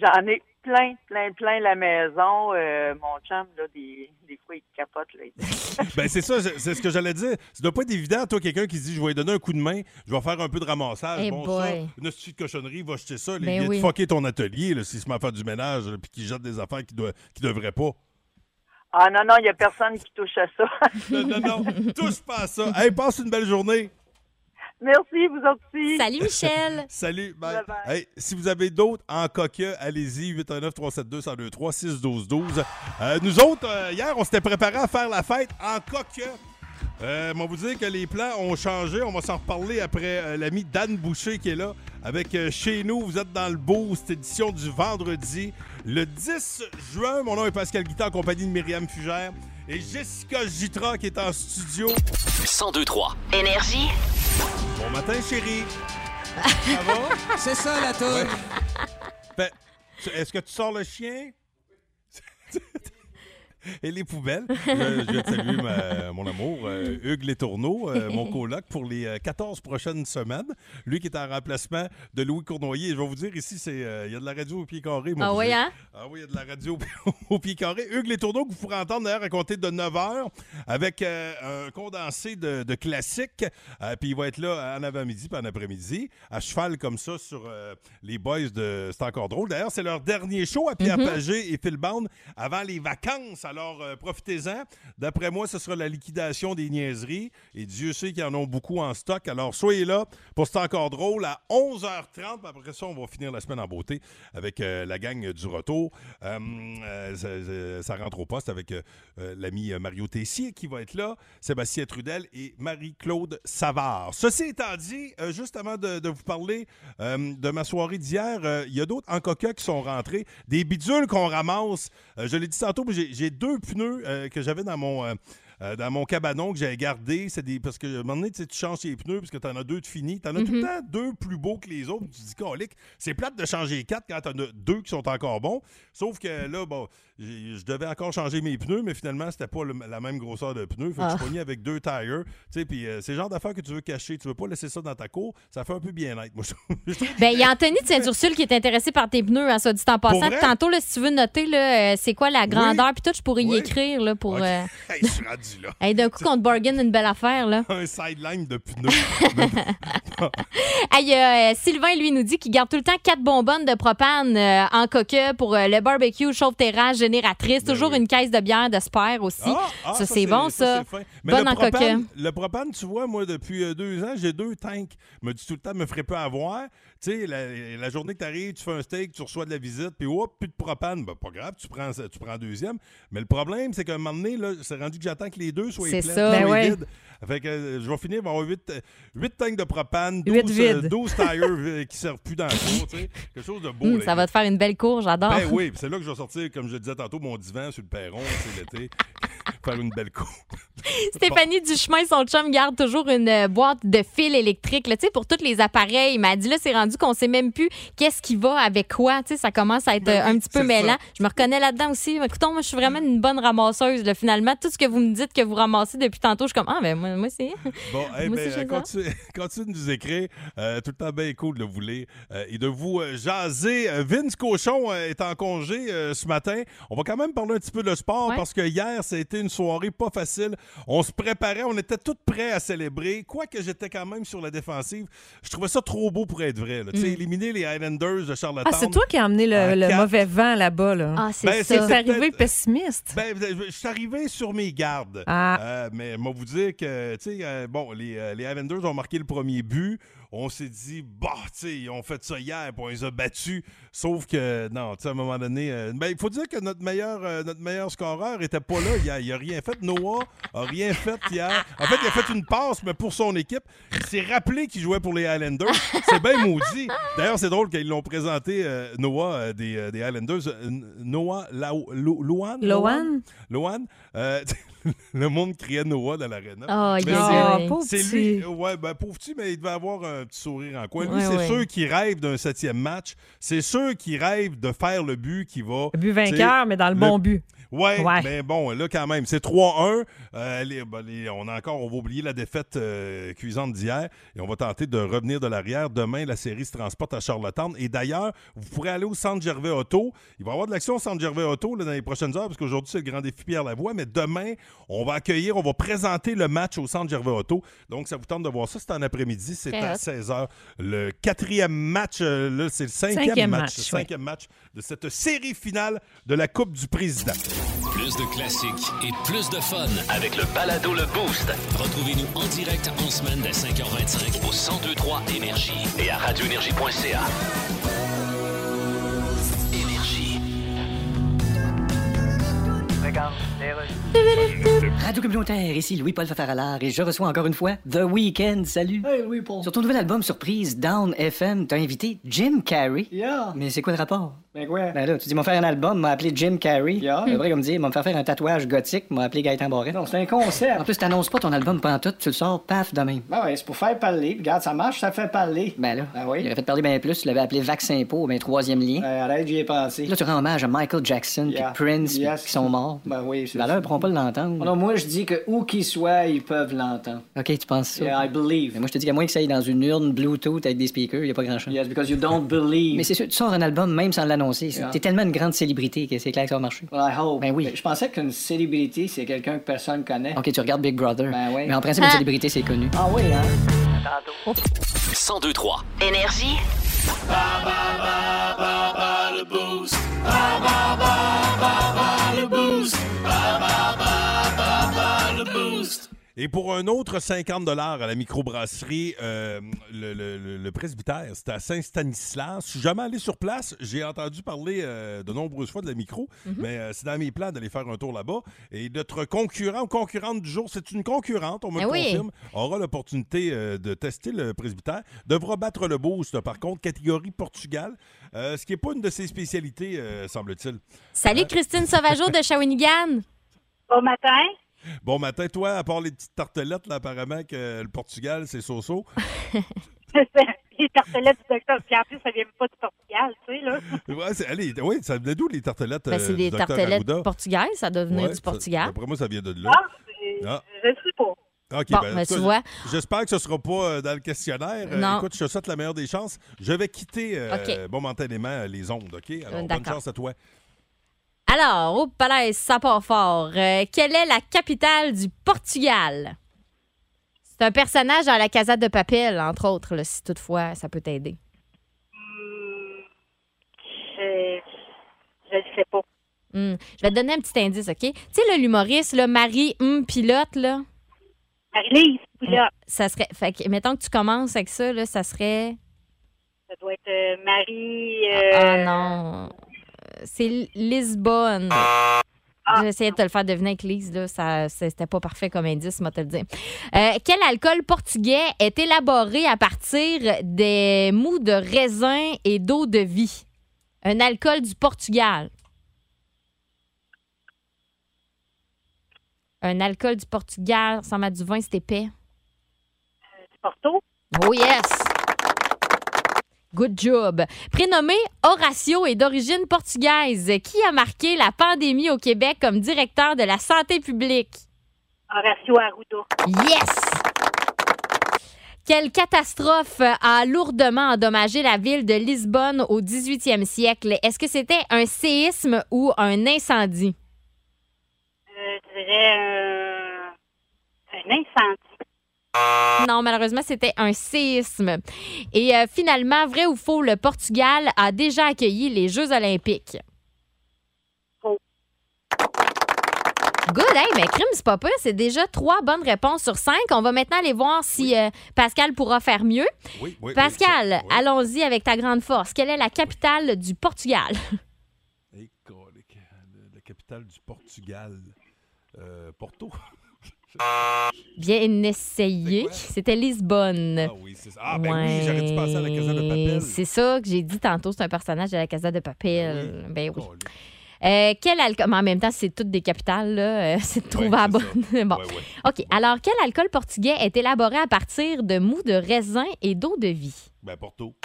Speaker 7: j'en ai plein, plein, plein la maison. Euh, mon chum, là, des, des fois, il capote. Là. Il dit,
Speaker 3: Ben, c'est ça, c'est c'est ce que j'allais dire. Ça doit pas être évident, toi, quelqu'un qui se dit, je vais lui donner un coup de main, je vais faire un peu de ramassage.
Speaker 6: Eh
Speaker 3: bon,
Speaker 6: boy.
Speaker 3: ça, une petite cochonnerie, va jeter ça. là,
Speaker 6: Ben
Speaker 3: il vient
Speaker 6: oui.
Speaker 3: de fucker ton atelier, là, s'il se met à faire du ménage, là, puis qu'il jette des affaires qu'il doit, qu'il devrait pas.
Speaker 7: Ah non, non, il n'y a personne qui touche à ça.
Speaker 3: Non, non, non, touche pas à ça. Hey, passe une belle journée.
Speaker 7: Merci, vous aussi.
Speaker 6: Salut, Michel.
Speaker 3: Salut, bye.
Speaker 7: Bye bye.
Speaker 3: Hey, si vous avez d'autres en coquille, allez-y, 819-372-1023-612-12. Euh, nous autres, euh, hier, on s'était préparé à faire la fête en coquille. Euh, mais on vous dire que les plans ont changé. On va s'en reparler après euh, l'ami Dan Boucher qui est là. Avec euh, Chez nous, vous êtes dans le beau, cette édition du vendredi, le 10 juin. Mon nom est Pascal Guittard, en compagnie de Myriam Fugère et Jessica Gitra qui est en studio.
Speaker 2: 1023
Speaker 9: Énergie.
Speaker 3: Bon matin, chérie. Ça va?
Speaker 10: C'est ça la toune.
Speaker 3: Ben, tu- Est-ce que tu sors le chien? Et les poubelles. Je, je vais te saluer, ma- mon amour, euh, Hugues Létourneau, euh, mon coloc, pour les euh, 14 prochaines semaines. Lui qui est en remplacement de Louis Cournoyer. Et je vais vous dire, ici, c'est, euh, il y a de la radio au pied carré. moi,
Speaker 6: Ah
Speaker 3: vous
Speaker 6: oui,
Speaker 3: dire.
Speaker 6: hein?
Speaker 3: Ah oui, il y a de la radio au pied carré. Hugues Les que vous pourrez entendre d'ailleurs à compter de 9 h avec euh, un condensé de, de classiques. Euh, puis il va être là en avant-midi puis en après-midi, à cheval comme ça sur euh, les boys
Speaker 6: Mm-hmm.
Speaker 3: de C'est encore drôle. D'ailleurs, c'est leur dernier show à Pierre Pagé et Phil Bond avant les vacances. Alors, Alors, euh, profitez-en. D'après moi, ce sera la liquidation des niaiseries. Et Dieu sait qu'ils en ont beaucoup en stock. Alors, soyez là pour C'est encore drôle à 11h30. Puis Après ça, on va finir la semaine en beauté avec euh, la gang du retour. Euh, euh, ça- ça, ça rentre au poste avec euh, euh, l'ami euh, Mario Tessier qui va être là, Sébastien Trudel et Marie-Claude Savard. Ceci étant dit, euh, juste avant de, de vous parler euh, de ma soirée d'hier, euh, il y a d'autres en coca qui sont rentrés, des bidules qu'on ramasse. Euh, je l'ai dit tantôt, mais j'ai j'ai deux pneus euh, que j'avais dans mon... euh, euh, dans mon cabanon que j'avais gardé, c'est des. Parce que à un moment donné, tu sais, tu changes tes pneus parce que t'en as deux de finis. T'en as tout le temps deux plus beaux que les autres. Tu te dis, colique, c'est plate de changer quatre quand t'en as deux qui sont encore bons. Sauf que là, bon, j'ai- je devais encore changer mes pneus, mais finalement, c'était pas le- la même grosseur de pneus. Fait que je suis pogné avec deux tires. Tu sais, puis euh, c'est le genre d'affaires que tu veux cacher. Tu veux pas laisser ça dans ta cour. Ça fait un peu bien-être, moi, je trouve.
Speaker 6: Ben, il y a Anthony de Saint-Ursule qui est intéressé par tes pneus, hein, soit dit en passant.
Speaker 3: Pour vrai?
Speaker 6: Tantôt, là, si tu veux noter, là, euh, c'est quoi la grandeur, puis tout, je pourrais y
Speaker 3: Oui.
Speaker 6: écrire, là, pour.
Speaker 3: Ok.
Speaker 6: euh,
Speaker 3: Hey, je suis rendu là.
Speaker 6: hey, d'un coup, qu'on te bargain une belle affaire, là.
Speaker 3: Un sideline de pneus. Mais bon,
Speaker 6: Hey, euh, Sylvain, lui, nous dit qu'il garde tout le temps quatre bonbonnes de propane euh, en coque pour euh, le barbecue, chauffe-terrasse, génératrice.
Speaker 3: Ben
Speaker 6: Toujours
Speaker 3: oui.
Speaker 6: une caisse de bière de Spire aussi.
Speaker 3: Ah, ah,
Speaker 6: ça, c'est bon, ça.
Speaker 3: c'est fin. Mais
Speaker 6: Bonne
Speaker 3: le
Speaker 6: en
Speaker 3: propane,
Speaker 6: coquin.
Speaker 3: le propane, tu vois, moi, depuis euh, deux ans, j'ai deux tanks. Me dis tout le temps, me ferait pas avoir. Tu sais, la, la journée que tu arrives, tu fais un steak, tu reçois de la visite, puis hop, plus de propane. Ben, pas grave, tu prends, ça- tu prends deuxième. Mais le problème, c'est qu'à un moment donné, là, c'est rendu que j'attends que les deux soient
Speaker 6: C'est
Speaker 3: pleins,
Speaker 6: ça.
Speaker 8: Ben
Speaker 3: soient
Speaker 8: ouais.
Speaker 3: vides. Fait que euh, je vais finir par avoir huit, euh, huit tanks de propane,
Speaker 8: Huit
Speaker 3: 12, euh,
Speaker 8: vides.
Speaker 3: 12 tires euh, qui servent plus dans le cours, tu sais. Quelque chose de beau.
Speaker 6: Hum,
Speaker 3: là,
Speaker 6: ça va te faire une belle cour, j'adore.
Speaker 3: ben oui, puis c'est là que je vais sortir, comme je le disais tantôt, mon divan sur le perron, c'est l'été, faire une belle cour.
Speaker 6: Stéphanie Duchemin, son chum, garde toujours une euh, boîte de fil électrique, là, tu sais, pour tous les appareils. Il m'a dit, là, c'est rendu qu'on sait même plus qu'est-ce qui va avec quoi. Tu sais, ça commence à être
Speaker 3: Ben
Speaker 6: euh,
Speaker 3: oui,
Speaker 6: un petit peu
Speaker 3: c'est
Speaker 6: mêlant.
Speaker 3: ça.
Speaker 6: Je me reconnais là-dedans aussi. Écoutons, moi, je suis vraiment une bonne ramasseuse, là, finalement. Tout ce que vous me dites que vous ramassez depuis tantôt, je suis comme, ah, ben, moi, moi c'est.
Speaker 3: Bon, eh
Speaker 6: Moi
Speaker 3: ben,
Speaker 6: aussi, je les ai.
Speaker 3: continue, continue de nous écrire. euh, tout le temps bien cool de le vouloir euh, et de vous euh, jaser. Euh, Vince Cochon euh, est en congé euh, ce matin. On va quand même parler un petit peu de sport
Speaker 6: Ouais.
Speaker 3: parce que hier, ça a été une soirée pas facile. On se préparait, on était tous prêts à célébrer. Quoique j'étais quand même sur la défensive, je trouvais ça trop beau pour être vrai. là.
Speaker 6: Hmm.
Speaker 3: Tu sais, éliminer les Highlanders de
Speaker 8: Ah,
Speaker 3: Charlottetown.
Speaker 8: c'est toi qui as amené
Speaker 3: En
Speaker 8: le, le
Speaker 3: quatre.
Speaker 8: mauvais vent là-bas, là.
Speaker 6: Ah, c'est
Speaker 3: Ben,
Speaker 6: ça.
Speaker 8: c'est arrivé
Speaker 3: peut-être-
Speaker 8: pessimiste.
Speaker 3: Ben, je je suis arrivé sur mes gardes.
Speaker 8: Ah.
Speaker 3: Euh, mais moi, vous dire que, tu sais, euh, bon, les, euh, les Avengers ont marqué le premier but. On s'est dit, bah, tu sais, ils ont fait ça hier, puis on les a battus. Sauf que, non, tu sais, à un moment donné, euh, ben, il faut dire que notre meilleur, euh, notre meilleur scoreur était pas là hier. Il a rien fait. Noah a rien fait hier. En fait, il a fait une passe, mais pour son équipe. Il s'est rappelé qu'il jouait pour les Highlanders. C'est bien maudit. D'ailleurs, c'est drôle qu'ils l'ont présenté, euh, Noah, euh, des, euh, des Highlanders. Euh, N- Noah Lau- Lou- Louane?
Speaker 8: Loan?
Speaker 3: Loan, euh, le monde criait Noah dans l'aréna.
Speaker 6: Oh,
Speaker 3: Mais
Speaker 6: yeah.
Speaker 8: Ah, pauvre
Speaker 3: C'est
Speaker 8: petit.
Speaker 3: lui, ouais, ben, pauvre petit, mais il devait avoir un petit sourire en coin. Lui,
Speaker 6: Ouais,
Speaker 3: c'est
Speaker 6: ouais.
Speaker 3: ceux qui rêvent d'un septième match. C'est ceux qui rêvent de faire le but qui va.
Speaker 8: Le but vainqueur, mais dans le bon
Speaker 3: le-
Speaker 8: but.
Speaker 3: Ouais,
Speaker 8: Ouais.
Speaker 3: mais bon, là, quand même, c'est 3-1. Euh, les- ben, les- on a encore, on va oublier la défaite euh, cuisante d'hier. Et on va tenter de revenir de l'arrière. Demain, la série se transporte à Charlottetown. Et d'ailleurs, vous pourrez aller au Centre Gervais Auto. Il va y avoir de l'action au Centre Gervais Auto là, dans les prochaines heures, parce qu'aujourd'hui, c'est le grand défi Pierre Lavoie. Mais demain, on va accueillir, on va présenter le match au Centre Gervais Auto. Donc, ça vous tente de voir ça. C'est en après-midi. C'est
Speaker 6: Très
Speaker 3: à
Speaker 6: hot.
Speaker 3: 16h. Le quatrième match, euh, là, c'est le cinquième,
Speaker 8: Cinquième
Speaker 3: match.
Speaker 8: match, oui.
Speaker 3: Cinquième match de cette série finale de la Coupe du Président.
Speaker 1: Plus de classiques et plus de fun.
Speaker 2: Avec le balado Le Boost
Speaker 1: Retrouvez-nous en direct en semaine dès 5h25
Speaker 2: au 1023 Énergie et à radioénergie.ca. Énergie.
Speaker 4: Radio Communautaire, ici Louis-Paul Fafaralard et je reçois encore une fois The Weeknd. Salut.
Speaker 5: Hey, oui, pour.
Speaker 4: Sur ton nouvel album surprise, Down FM, t'as invité Jim Carrey.
Speaker 5: Yeah.
Speaker 4: Mais c'est quoi le rapport?
Speaker 5: Ben quoi?
Speaker 4: Ben là, tu dis, m'en faire un album, m'a appelé Jim Carrey.
Speaker 5: Yeah.
Speaker 4: Le vrai, comme dire, m'a faire faire un tatouage gothique, m'a appelé Gaëtan Barret.
Speaker 5: Non, c'est un concept.
Speaker 4: En plus, t'annonces pas ton album pantoute, tu le sors paf demain.
Speaker 5: Ben ouais, c'est pour faire parler. Puis Regarde, ça marche, ça fait parler.
Speaker 4: Ben là,
Speaker 5: Ben oui.
Speaker 4: il aurait fait parler bien plus, tu l'avais appelé Vaccin Po, ben troisième lien.
Speaker 5: Ben, arrête, j'y ai pensé.
Speaker 4: Là, tu rends hommage à Michael Jackson, puis
Speaker 5: Yeah.
Speaker 4: Prince, puis
Speaker 5: Yes.
Speaker 4: qui sont morts.
Speaker 5: Ben oui, c'est
Speaker 4: Ben là, ils pourront pas l'entendre.
Speaker 5: Non, moi, je dis que où qu'ils soient, ils peuvent l'entendre.
Speaker 4: Ok, tu penses ça?
Speaker 5: Yeah, I believe.
Speaker 4: Mais moi, je te dis qu'à moins que ça aille dans une urne Bluetooth avec des speakers, y a pas grand-chose.
Speaker 5: Yes, because you don't believe.
Speaker 4: Mais c'est sûr, tu sors un album même sans l'annoncer. ça.
Speaker 5: Yeah.
Speaker 4: T'es tellement une grande célébrité que c'est clair que ça va marcher.
Speaker 5: Well, I hope.
Speaker 4: Ben oui.
Speaker 5: Mais Je pensais qu'une célébrité, c'est quelqu'un que personne connaît.
Speaker 4: Ok, tu regardes Big Brother.
Speaker 5: Ben oui.
Speaker 4: Mais en principe, une célébrité, c'est connu. Oh.
Speaker 5: Ah oui, hein?
Speaker 2: 1023.
Speaker 9: Énergie.
Speaker 3: Et pour un autre 50 à la microbrasserie, euh, le, le- le- le presbytère, c'est à Saint-Stanislas. Je suis jamais allé sur place. J'ai entendu parler euh, de nombreuses fois de la micro,
Speaker 6: Mhm.
Speaker 3: mais euh, c'est dans mes plans d'aller faire un tour là-bas. Et notre concurrent ou concurrente du jour, c'est une concurrente, on me
Speaker 6: Ah
Speaker 3: le
Speaker 6: oui.
Speaker 3: confirme, aura l'opportunité euh, de tester le presbytère. Devra battre le boost, par contre, catégorie Portugal, euh, ce qui n'est pas une de ses spécialités, euh, semble-t-il. Euh, Hein?
Speaker 6: Salut Christine Sauvageau de Shawinigan.
Speaker 7: Bon matin.
Speaker 3: Bon matin, toi, à part les petites tartelettes, là, apparemment que euh, le Portugal, c'est so-so.
Speaker 7: les tartelettes du docteur. Puis en plus, ça vient même pas du Portugal, tu sais, là.
Speaker 3: Ouais, c'est- allez, oui, ça venait d'où les tartelettes?
Speaker 6: Ben,
Speaker 3: euh,
Speaker 6: c'est
Speaker 3: du
Speaker 6: des
Speaker 3: Dr
Speaker 6: tartelettes
Speaker 3: Arruda?
Speaker 6: portugaises, ça doit venir
Speaker 3: Ouais,
Speaker 6: du
Speaker 3: ça-
Speaker 6: Portugal.
Speaker 3: D'après moi, ça vient de là.
Speaker 7: Ah, c'est-
Speaker 3: Ah.
Speaker 7: Je sais pas.
Speaker 3: OK,
Speaker 6: Bon,
Speaker 3: ben,
Speaker 6: ben,
Speaker 3: en tout
Speaker 6: tu
Speaker 3: cas,
Speaker 6: vois.
Speaker 3: J'espère que ce ne sera pas euh, dans le questionnaire. Euh,
Speaker 6: Non.
Speaker 3: écoute, je te souhaite la meilleure des chances. Je vais quitter euh,
Speaker 6: OK.
Speaker 3: momentanément euh, les ondes, OK? Alors, bonne
Speaker 6: d'accord.
Speaker 3: chance à toi.
Speaker 6: Alors, au palais, ça part fort. Euh, quelle est la capitale du Portugal? C'est un personnage dans la Casa de Papel, entre autres, là, si toutefois ça peut t'aider.
Speaker 7: Je, je le sais pas.
Speaker 6: Hum, Je vais te donner un petit indice, OK? Tu sais, là, l'humoriste, là, Marie hum, Pilote, là,
Speaker 7: Marie-Lise, puis là,
Speaker 6: ça serait. Fait que, mettons que tu commences avec ça, là, ça serait.
Speaker 7: ça doit être euh, Marie.
Speaker 6: Ah
Speaker 7: euh,
Speaker 6: non. Euh, C'est Li- Lisbonne.
Speaker 7: Ah.
Speaker 6: J'essayais de te le faire deviner avec Lise, là. Ça, c'était pas parfait comme indice, moi, te le dire. Euh, quel alcool portugais est élaboré à partir des mous de raisin et d'eau de vie? Un alcool du Portugal. Un alcool du Portugal, ça m'a du vin, c'est épais.
Speaker 7: du Porto.
Speaker 6: Oh yes! Good job. Prénommé Horacio et d'origine portugaise, qui a marqué la pandémie au Québec comme directeur de la santé publique?
Speaker 7: Horacio Arruda.
Speaker 6: Yes! Quelle catastrophe a lourdement endommagé la ville de Lisbonne au 18e siècle? Est-ce que c'était un séisme ou un incendie?
Speaker 7: Euh, je dirais euh, un incendie.
Speaker 6: Non, malheureusement, c'était un séisme. Et euh, finalement, vrai ou faux, le Portugal a déjà accueilli les Jeux olympiques.
Speaker 3: Oh.
Speaker 7: Faux.
Speaker 6: Good, hey, mais crime, c'est pas pire. C'est déjà trois bonnes réponses sur cinq. On va maintenant aller voir si euh, Pascal pourra faire mieux.
Speaker 3: Oui, oui, oui,
Speaker 6: Pascal,
Speaker 3: ça- oui.
Speaker 6: allons-y avec ta grande force. Quelle est la capitale du Portugal?
Speaker 3: Hey, colique, le- La capitale du Portugal. Euh, Porto.
Speaker 6: Bien essayé.
Speaker 3: C'est quoi?
Speaker 6: C'était Lisbonne.
Speaker 3: Ah oui, c'est ça. Ah ben oui, j'aurais dû
Speaker 6: Ouais.
Speaker 3: passer à la Casa de Papel.
Speaker 6: C'est ça que j'ai dit tantôt, c'est un personnage de la Casa de Papel. Ben oui.
Speaker 3: Colique.
Speaker 6: Euh, quel alcool. Mais en même temps, c'est toutes des capitales, là. euh, c'est de trouver
Speaker 3: Ouais,
Speaker 6: à
Speaker 3: c'est
Speaker 6: bonne. bon.
Speaker 3: Ouais, ouais.
Speaker 6: OK. Alors, quel alcool portugais est élaboré à partir de mous de raisin et d'eau de vie?
Speaker 3: Ben, Porto.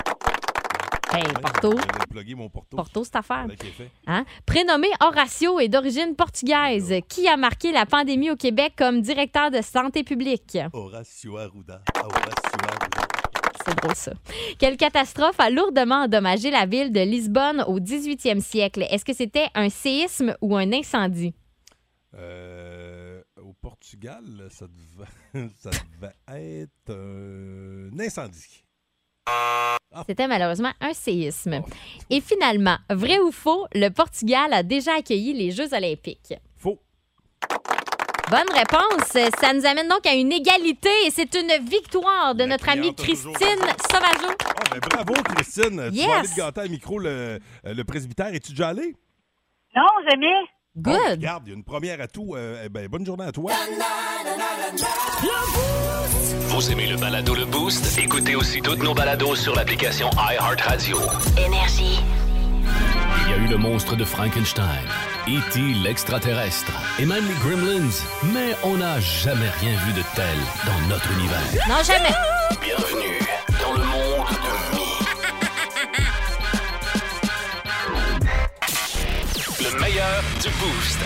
Speaker 6: Hey,
Speaker 3: Ouais,
Speaker 6: Porto.
Speaker 3: J'allais plugger mon Porto.
Speaker 6: Porto, cette affaire.
Speaker 3: Avec effet.
Speaker 6: Hein? Prénommé Horacio et d'origine portugaise, qui a marqué la pandémie au Québec comme directeur de santé publique?
Speaker 3: Horacio Arruda. Horacio Arruda.
Speaker 6: C'est drôle, ça. Quelle catastrophe a lourdement endommagé la ville de Lisbonne au 18e siècle? Est-ce que c'était un séisme ou un incendie?
Speaker 3: Euh, au Portugal, ça devait, ça devait être un incendie.
Speaker 6: C'était malheureusement un séisme.
Speaker 3: Oh.
Speaker 6: Et finalement, vrai ou faux, le Portugal a déjà accueilli les Jeux olympiques.
Speaker 3: Faux.
Speaker 6: Bonne réponse. Ça nous amène donc à une égalité et c'est une victoire de
Speaker 3: La
Speaker 6: notre amie
Speaker 3: cliente a toujours
Speaker 6: Christine Sauvageau.
Speaker 3: Ah, ben, bravo, Christine. Tu
Speaker 6: Yes.
Speaker 3: vas aller te gâter à micro le, le presbytère. Es-tu déjà allé?
Speaker 7: Non, jamais.
Speaker 3: Bon,
Speaker 6: Good.
Speaker 3: regarde, il y a une première à tout. Euh, eh ben, bonne journée à toi.
Speaker 2: Vous aimez le balado Le Boost? Écoutez aussi toutes nos balados sur l'application iHeartRadio.
Speaker 9: Énergie.
Speaker 1: Il y a eu le monstre de Frankenstein, E.T. l'extraterrestre et même les Gremlins, mais on n'a jamais rien vu de tel dans notre univers.
Speaker 6: Non, jamais.
Speaker 2: Bienvenue dans le monde de Mi. Le meilleur du Boost.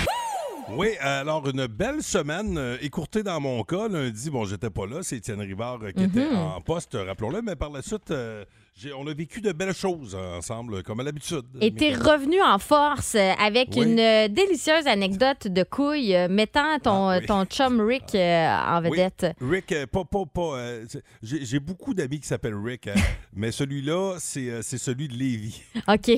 Speaker 3: Oui, alors une belle semaine euh, écourtée dans mon cas. Lundi, bon, j'étais pas là, c'est Étienne Rivard euh, qui
Speaker 6: Mm-hmm.
Speaker 3: était en poste, rappelons-le, mais par la suite, euh, j'ai- on a vécu de belles choses euh, ensemble, comme à l'habitude.
Speaker 6: Et t'es revenu en force euh, avec
Speaker 3: Oui.
Speaker 6: une euh, délicieuse anecdote de couille euh, mettant ton,
Speaker 3: Ah, oui.
Speaker 6: ton chum Rick euh, en
Speaker 3: Oui.
Speaker 6: vedette.
Speaker 3: Rick, euh, pas, pas, pas. euh, c'est- j'ai j'ai beaucoup d'amis qui s'appellent Rick, hein, mais celui-là, c'est euh, c'est celui de Lévi.
Speaker 6: OK.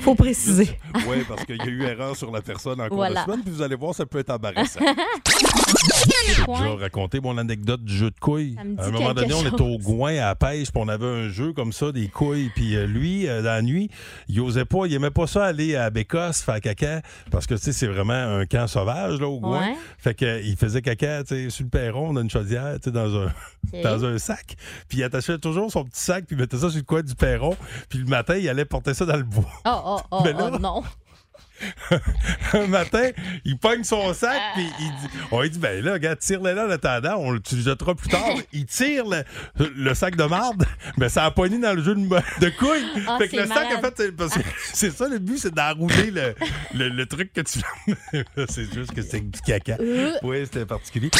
Speaker 8: Faut préciser.
Speaker 3: Oui, parce qu'il y a eu erreur sur la personne en cours
Speaker 6: Voilà.
Speaker 3: de semaine, puis vous allez voir, ça peut être embarrassant.
Speaker 6: les
Speaker 3: Je vais
Speaker 6: coins.
Speaker 3: raconter mon anecdote du jeu de couilles.
Speaker 6: Ça me dit
Speaker 3: À un moment
Speaker 6: quelque
Speaker 3: donné, on
Speaker 6: chose.
Speaker 3: était au Gouin à la pêche, puis on avait un jeu comme ça, des couilles. Puis euh, lui, euh, la nuit, il osait pas, il aimait pas ça aller à Bécosse faire caca, parce que, tu sais, c'est vraiment un camp sauvage, là, au Gouin.
Speaker 6: Ouais.
Speaker 3: Fait que, euh, il faisait caca, tu sais, sur le perron, on a une chaudière, tu sais, dans un,
Speaker 6: Ok.
Speaker 3: dans un sac. Puis il attachait toujours son petit sac, puis il mettait ça sur le coin du perron. Puis le matin, il allait porter ça dans le bois.
Speaker 6: Oh, oh, oh,
Speaker 3: Mais là-
Speaker 6: oh, non.
Speaker 3: un matin, il pogne son sac,
Speaker 6: Ah.
Speaker 3: puis il dit, on lui dit, ben là, gars, tire-le là en attendant, on le tu le jetteras plus tard. Il tire le, le sac de marde, mais ça a pogné dans le jeu de, de couilles.
Speaker 6: Ah,
Speaker 3: fait que
Speaker 6: c'est
Speaker 3: le sac, en
Speaker 6: malade.
Speaker 3: fait, c'est- parce que c'est ça le but, c'est d'enrouler le, le, le truc que tu C'est juste que c'est du caca.
Speaker 6: Euh.
Speaker 3: Oui, c'était particulier.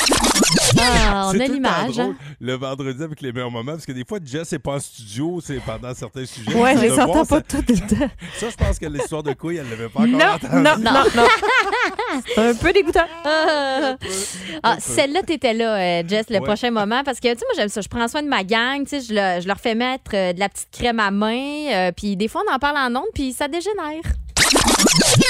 Speaker 6: Ah,
Speaker 3: C'est tout
Speaker 6: on a
Speaker 3: le temps
Speaker 6: l'image.
Speaker 3: drôle, Le vendredi avec les meilleurs moments, parce que des fois, Jess n'est pas en studio, c'est pendant certains sujets.
Speaker 8: Ouais,
Speaker 3: De
Speaker 8: je les
Speaker 3: voir
Speaker 8: sortais
Speaker 3: ça-
Speaker 8: pas tout le temps.
Speaker 3: Ça, je pense que l'histoire de couilles, elle l'avait pas encore
Speaker 8: Non,
Speaker 3: entendue.
Speaker 8: non, non, non. C'est un peu dégoûtant.
Speaker 6: Ah, Ah, celle-là, t'étais là, euh, Jess, le
Speaker 3: Ouais.
Speaker 6: prochain moment. Parce que, tu sais, moi, j'aime ça. Je prends soin de ma gang. Tu sais, je, le- je leur fais mettre euh, de la petite crème à main. euh, puis des fois, on en parle en ondes, puis ça dégénère.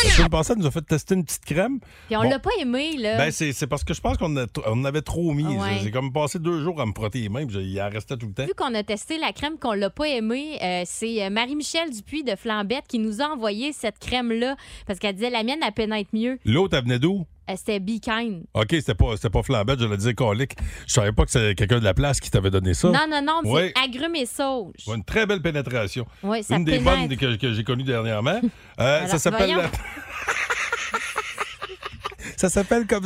Speaker 3: La semaine passée, elle nous a fait tester une petite crème.
Speaker 6: Puis on
Speaker 3: Bon.
Speaker 6: l'a pas aimé, là.
Speaker 3: Ben, c'est c'est parce que je pense qu'on a tr- on en avait trop mis.
Speaker 6: Ah ouais.
Speaker 3: J'ai comme passé deux jours à me frotter les mains, puis je- il en restait tout le temps.
Speaker 6: Vu qu'on a testé la crème qu'on l'a pas aimée, euh, c'est euh, Marie-Michel Dupuis de Flambette qui nous a envoyé cette crème-là parce qu'elle disait la mienne, elle pénètre mieux.
Speaker 3: L'autre, elle venait d'où?
Speaker 6: Euh, C'était Be Kind.
Speaker 3: OK, c'était pas, c'était pas flambette, je le disais colique. Je savais pas que c'est quelqu'un de la place qui t'avait donné ça.
Speaker 6: Non, non, non, mais
Speaker 3: Ouais.
Speaker 6: c'est agrumes et sauge.
Speaker 3: Ouais, Une très belle pénétration.
Speaker 6: Ouais, ça
Speaker 3: Une des
Speaker 6: pénètre.
Speaker 3: bonnes que, que j'ai connues dernièrement. Euh, ça
Speaker 6: Alors,
Speaker 3: s'appelle.
Speaker 6: voyons.
Speaker 3: ça s'appelle comme,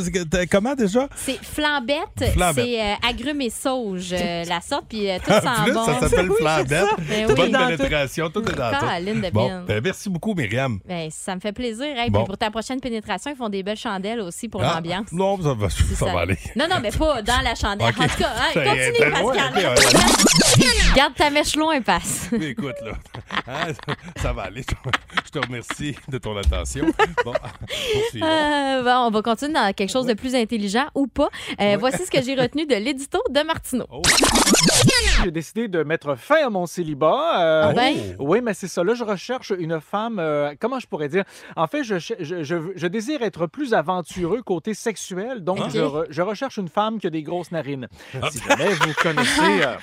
Speaker 3: comment déjà?
Speaker 6: C'est flambette,
Speaker 3: Flambette.
Speaker 6: c'est euh, agrumes et sauge, euh, la sorte, puis euh, tout sent
Speaker 3: Ah, plus,
Speaker 6: bon.
Speaker 3: ça s'appelle
Speaker 8: Oui, c'est
Speaker 3: flambette.
Speaker 8: ça.
Speaker 6: Ben oui.
Speaker 3: Bonne
Speaker 8: dans tout.
Speaker 3: pénétration, tout est dans tout.
Speaker 6: Caroline de
Speaker 3: Bon,
Speaker 6: Pine.
Speaker 3: ben, merci beaucoup, Myriam.
Speaker 6: Ben, ça me fait plaisir. Hey, puis
Speaker 3: Bon.
Speaker 6: pour ta prochaine pénétration, ils font des belles chandelles aussi pour
Speaker 3: Ah,
Speaker 6: l'ambiance.
Speaker 3: Non, ça va,
Speaker 6: C'est
Speaker 3: ça va aller.
Speaker 6: Non, non, mais pas dans la chandelle.
Speaker 3: Ok.
Speaker 6: En tout cas, hein,
Speaker 3: Ça y est,
Speaker 6: continue,
Speaker 3: t'es loin,
Speaker 6: Pascal.
Speaker 3: ok, ouais.
Speaker 6: Garde ta mèche loin et passe.
Speaker 3: Mais écoute, là, hein, ça- ça va aller. Je te- Je te remercie de ton attention. Bon, poursuivons.
Speaker 6: Euh, bon, on va continuer dans quelque chose de plus intelligent ou pas. Euh, Voici ce que j'ai retenu de l'édito de Martineau.
Speaker 3: Oh.
Speaker 9: J'ai décidé de mettre fin à mon célibat. euh,
Speaker 6: Ah ben.
Speaker 9: Oui, mais c'est ça. Là, je recherche une femme. euh, comment je pourrais dire? En fait, je, ch- je, je- je désire être plus aventureux côté sexuel, donc
Speaker 6: Ah.
Speaker 9: je, re- je recherche une femme qui a des grosses narines.
Speaker 3: Ah.
Speaker 9: Si jamais vous connaissez. euh,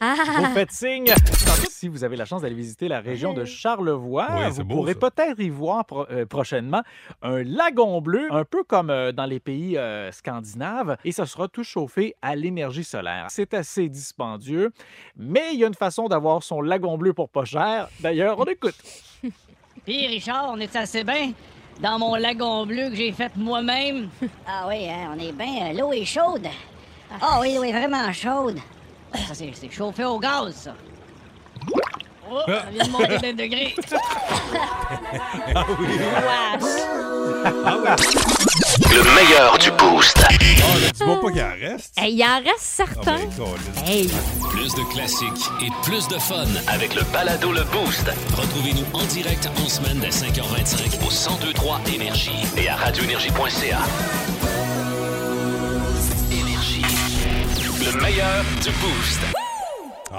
Speaker 9: vous
Speaker 11: Ah.
Speaker 9: faites signe. Tantôt, Si vous avez la chance d'aller visiter la région de Charlevoix,
Speaker 3: Oui, c'est
Speaker 9: vous
Speaker 3: beau,
Speaker 9: pourrez
Speaker 3: ça.
Speaker 9: peut-être y voir pro- euh, prochainement un lagon bleu, un peu comme euh, dans les pays euh, scandinaves, et ce sera tout chauffé à l'énergie solaire. C'est assez dispendieux, mais il y a une façon d'avoir son lagon bleu pour pas cher. D'ailleurs, on écoute.
Speaker 10: Puis Richard, on est assez bien dans mon lagon bleu que j'ai fait moi-même. Ah oui, hein, on est bien. L'eau est chaude. Ah oui, l'eau est vraiment chaude. Ça, c'est c'est chauffé au gaz, ça. Oh, ça vient de monter d'un degré.
Speaker 2: Ah
Speaker 3: Ah
Speaker 2: Le meilleur du boost.
Speaker 3: Ah, là, tu vois pas qu'il en reste?
Speaker 6: Hey, il en reste
Speaker 3: Ah,
Speaker 6: certains.
Speaker 3: ben, câlisse.
Speaker 6: Hey,
Speaker 1: Plus de classiques et plus de fun.
Speaker 2: Avec le balado Le Boost
Speaker 1: Retrouvez-nous en direct en semaine dès 5h25
Speaker 2: au 1023 Énergie et à radioénergie.ca. Énergie. Le meilleur du boost.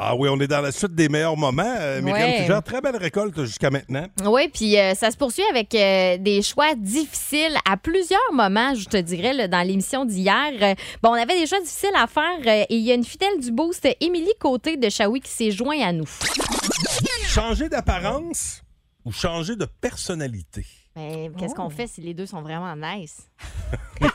Speaker 3: Ah oui, on est dans la suite des meilleurs moments. Euh, Myriam
Speaker 6: Ouais.
Speaker 3: Fugère, très belle récolte jusqu'à maintenant.
Speaker 6: Oui, puis euh, ça se poursuit avec euh, des choix difficiles à plusieurs moments, je te dirais, là, dans l'émission d'hier. Euh, bon, on avait des choix difficiles à faire euh, et il y a une fidèle du boost, Émilie Côté de Chaoui, qui s'est joint à nous.
Speaker 3: Changer d'apparence ou changer de personnalité?
Speaker 6: Ben, qu'est-ce qu'on fait si les deux sont vraiment nice?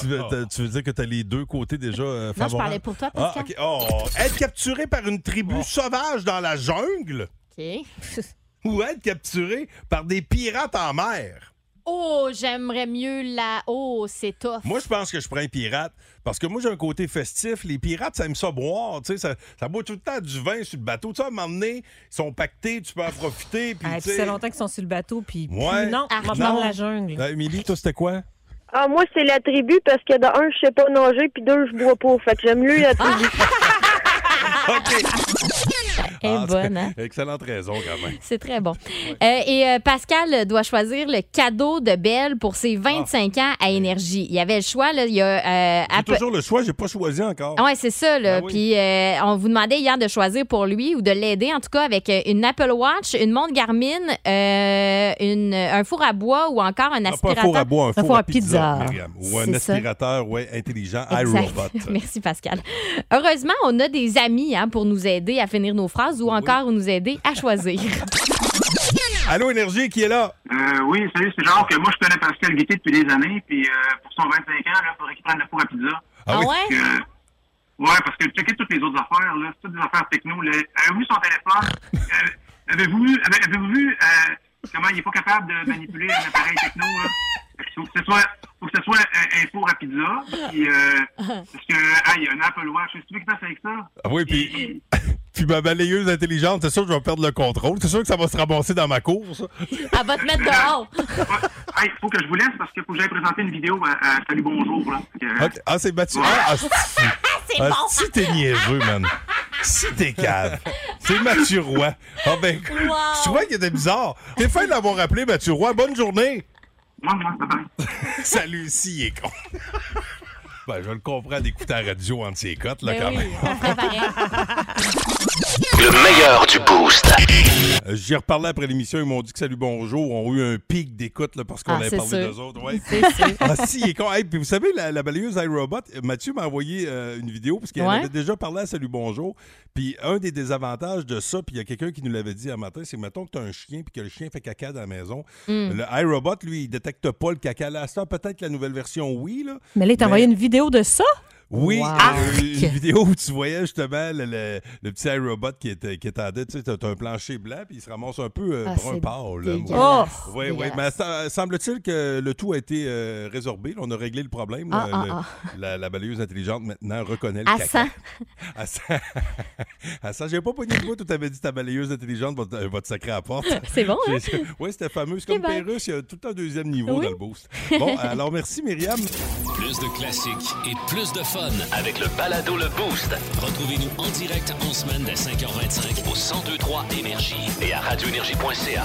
Speaker 3: Tu veux, t'as- tu veux dire que tu as les deux côtés déjà euh,
Speaker 6: Non, je
Speaker 3: favorables?
Speaker 6: parlais pour toi,
Speaker 3: Ah,
Speaker 6: Pascal.
Speaker 3: OK. Oh, être capturé par une tribu sauvage dans la jungle
Speaker 6: OK.
Speaker 3: ou être capturé par des pirates en mer?
Speaker 6: Oh, j'aimerais mieux la... Oh, c'est tough.
Speaker 3: Moi, je pense que je prends un pirate parce que moi, j'ai un côté festif. Les pirates, ça aime ça boire. Tu sais, ça, ça boit tout le temps du vin sur le bateau. Tu sais, à un moment donné, ils sont pactés, tu peux en profiter. Puis,
Speaker 8: Ah,
Speaker 3: tu
Speaker 8: puis
Speaker 3: sais-
Speaker 8: c'est longtemps qu'ils sont sur le bateau, puis puis
Speaker 3: Ouais.
Speaker 8: non,
Speaker 6: Ah,
Speaker 8: on va
Speaker 6: non.
Speaker 8: prendre la jungle.
Speaker 3: Euh, Émilie, toi, c'était quoi?
Speaker 7: Ah, moi, c'est la tribu parce que, de un, je sais pas nager, puis deux, je bois pas. Fait que j'aime mieux la tribu.
Speaker 3: OK.
Speaker 6: Elle est
Speaker 3: Ah,
Speaker 6: bonne, hein?
Speaker 3: Excellente raison, quand même.
Speaker 6: C'est très bon. Euh, et euh, Pascal doit choisir le cadeau de Belle pour
Speaker 3: Ah.
Speaker 6: ses 25 ans à Énergie. Il y avait le choix, là, il y a... euh,
Speaker 3: J'ai
Speaker 6: Apple-
Speaker 3: toujours le choix, j'ai pas choisi encore.
Speaker 6: Ah ouais, c'est ça. Là.
Speaker 3: Ben oui.
Speaker 6: Puis euh, on vous demandait hier de choisir pour lui ou de l'aider, en tout cas, avec euh, une Apple Watch, une montre Garmin, euh, une, un four à bois ou encore un
Speaker 3: Ah, pas un
Speaker 6: aspirateur.
Speaker 3: four à bois, un four, à pizza. Myriam. Ou un
Speaker 6: C'est ça.
Speaker 3: aspirateur, ouais, intelligent,
Speaker 6: Exact.
Speaker 3: iRobot.
Speaker 6: Merci Pascal. Heureusement, on a des amis hein, pour nous aider à finir nos phrases ou encore nous aider à choisir.
Speaker 3: Allô, Énergie, qui est là?
Speaker 12: Euh, oui, salut, c'est genre que moi, je connais Pascal Guité depuis des années, puis euh, pour son 25 ans, il faudrait qu'il prenne le four à pizza.
Speaker 3: Ah oui?
Speaker 12: Parce que- ouais, parce que checker toutes les autres affaires, là, c'est toutes des affaires techno. là. Avez-vous vu son téléphone? Euh, Avez-vous vu, avez, avez-vous vu euh, comment il n'est pas capable de manipuler un appareil techno? Là? Il faut que ce soit, faut que ce soit un, un four à pizza, puis, euh, parce que, ah, il y a un Apple Watch, qu'est-ce que tu veux qu'il fasse avec ça?
Speaker 3: Ah oui, puis. Puis ma balayeuse intelligente, c'est sûr que je vais perdre le contrôle. C'est sûr que ça va se ramasser dans ma course.
Speaker 6: Elle va te mettre dehors.
Speaker 12: Il Ah, faut que je vous laisse parce que faut que j'aille présenter une vidéo à, à Salut Bonjour. Là. Fait que-
Speaker 3: Ok. Ah, c'est battu.
Speaker 12: Ouais.
Speaker 3: Ah, ah, Si t'es niaiseux, man. Si t'es cave. C'est Mathieu Roy. Ah ben, je trouvais qu'il était bizarre. T'es fin de l'avoir appelé, Mathieu Roy. Bonne journée.
Speaker 12: Ah,
Speaker 3: Salut, si, il est con. Ben, je le comprends d'écouter la radio entre ses cotes, là,
Speaker 6: Ben
Speaker 3: quand
Speaker 6: oui,
Speaker 3: même.
Speaker 6: on ferait pareil.
Speaker 2: Le meilleur du boost.
Speaker 3: Euh, J'y ai reparlé après l'émission, ils m'ont dit que Salut Bonjour ont eu un pic d'écoute là, parce qu'on
Speaker 6: Ah,
Speaker 3: avait
Speaker 6: c'est
Speaker 3: parlé
Speaker 6: sûr.
Speaker 3: d'eux autres. Ouais.
Speaker 6: C'est sûr.
Speaker 3: Ah si, il est con. Hey, puis vous savez, la, la balayeuse iRobot, euh, Mathieu m'a envoyé euh, une vidéo parce qu'il en
Speaker 6: Ouais.
Speaker 3: avait déjà parlé à Salut Bonjour. Puis un des désavantages de ça, puis il y a quelqu'un qui nous l'avait dit un matin, c'est mettons que tu as un chien puis que le chien fait caca dans la maison.
Speaker 6: Hmm.
Speaker 8: Mm.
Speaker 3: Le iRobot, lui, il détecte pas le caca. Là, ça, peut-être la nouvelle version, oui. Là,
Speaker 8: Mais là, il t'a envoyé une vidéo de ça?
Speaker 3: oui,
Speaker 8: Wow.
Speaker 3: euh, une vidéo où tu voyais justement le, le- le petit iRobot qui était, qui était en dette. Tu sais, t'as t'as un plancher blanc, puis il se ramasse un peu euh,
Speaker 8: Ah,
Speaker 3: brun
Speaker 8: c'est
Speaker 3: pâle. là.
Speaker 8: dégueulasse,
Speaker 6: Oh!
Speaker 3: Oui, oui.
Speaker 8: dégueulasse.
Speaker 3: Mais ça- semble-t-il que le tout a été euh, résorbé. là, On a réglé le problème. là.
Speaker 6: Ah,
Speaker 3: Le-
Speaker 6: ah,
Speaker 3: La, la balayeuse intelligente maintenant reconnaît le
Speaker 6: À
Speaker 3: caca.
Speaker 6: 100.
Speaker 3: À 100. À 100. J'ai pas pogné le bout où t'avais dit ta balayeuse intelligente va te, va te sacrer à la porte.
Speaker 6: C'est bon, hein?
Speaker 3: Oui, c'était fameux. C'est comme
Speaker 6: C'est bon.
Speaker 3: Pérus, il y a tout un deuxième niveau
Speaker 6: Oui.
Speaker 3: dans le boost. Bon, alors merci Myriam.
Speaker 2: Plus de classiques et plus de fun avec le balado Le Boost. Retrouvez-nous en direct en semaine dès 5h25 au 1023 Énergie et à radioénergie.ca.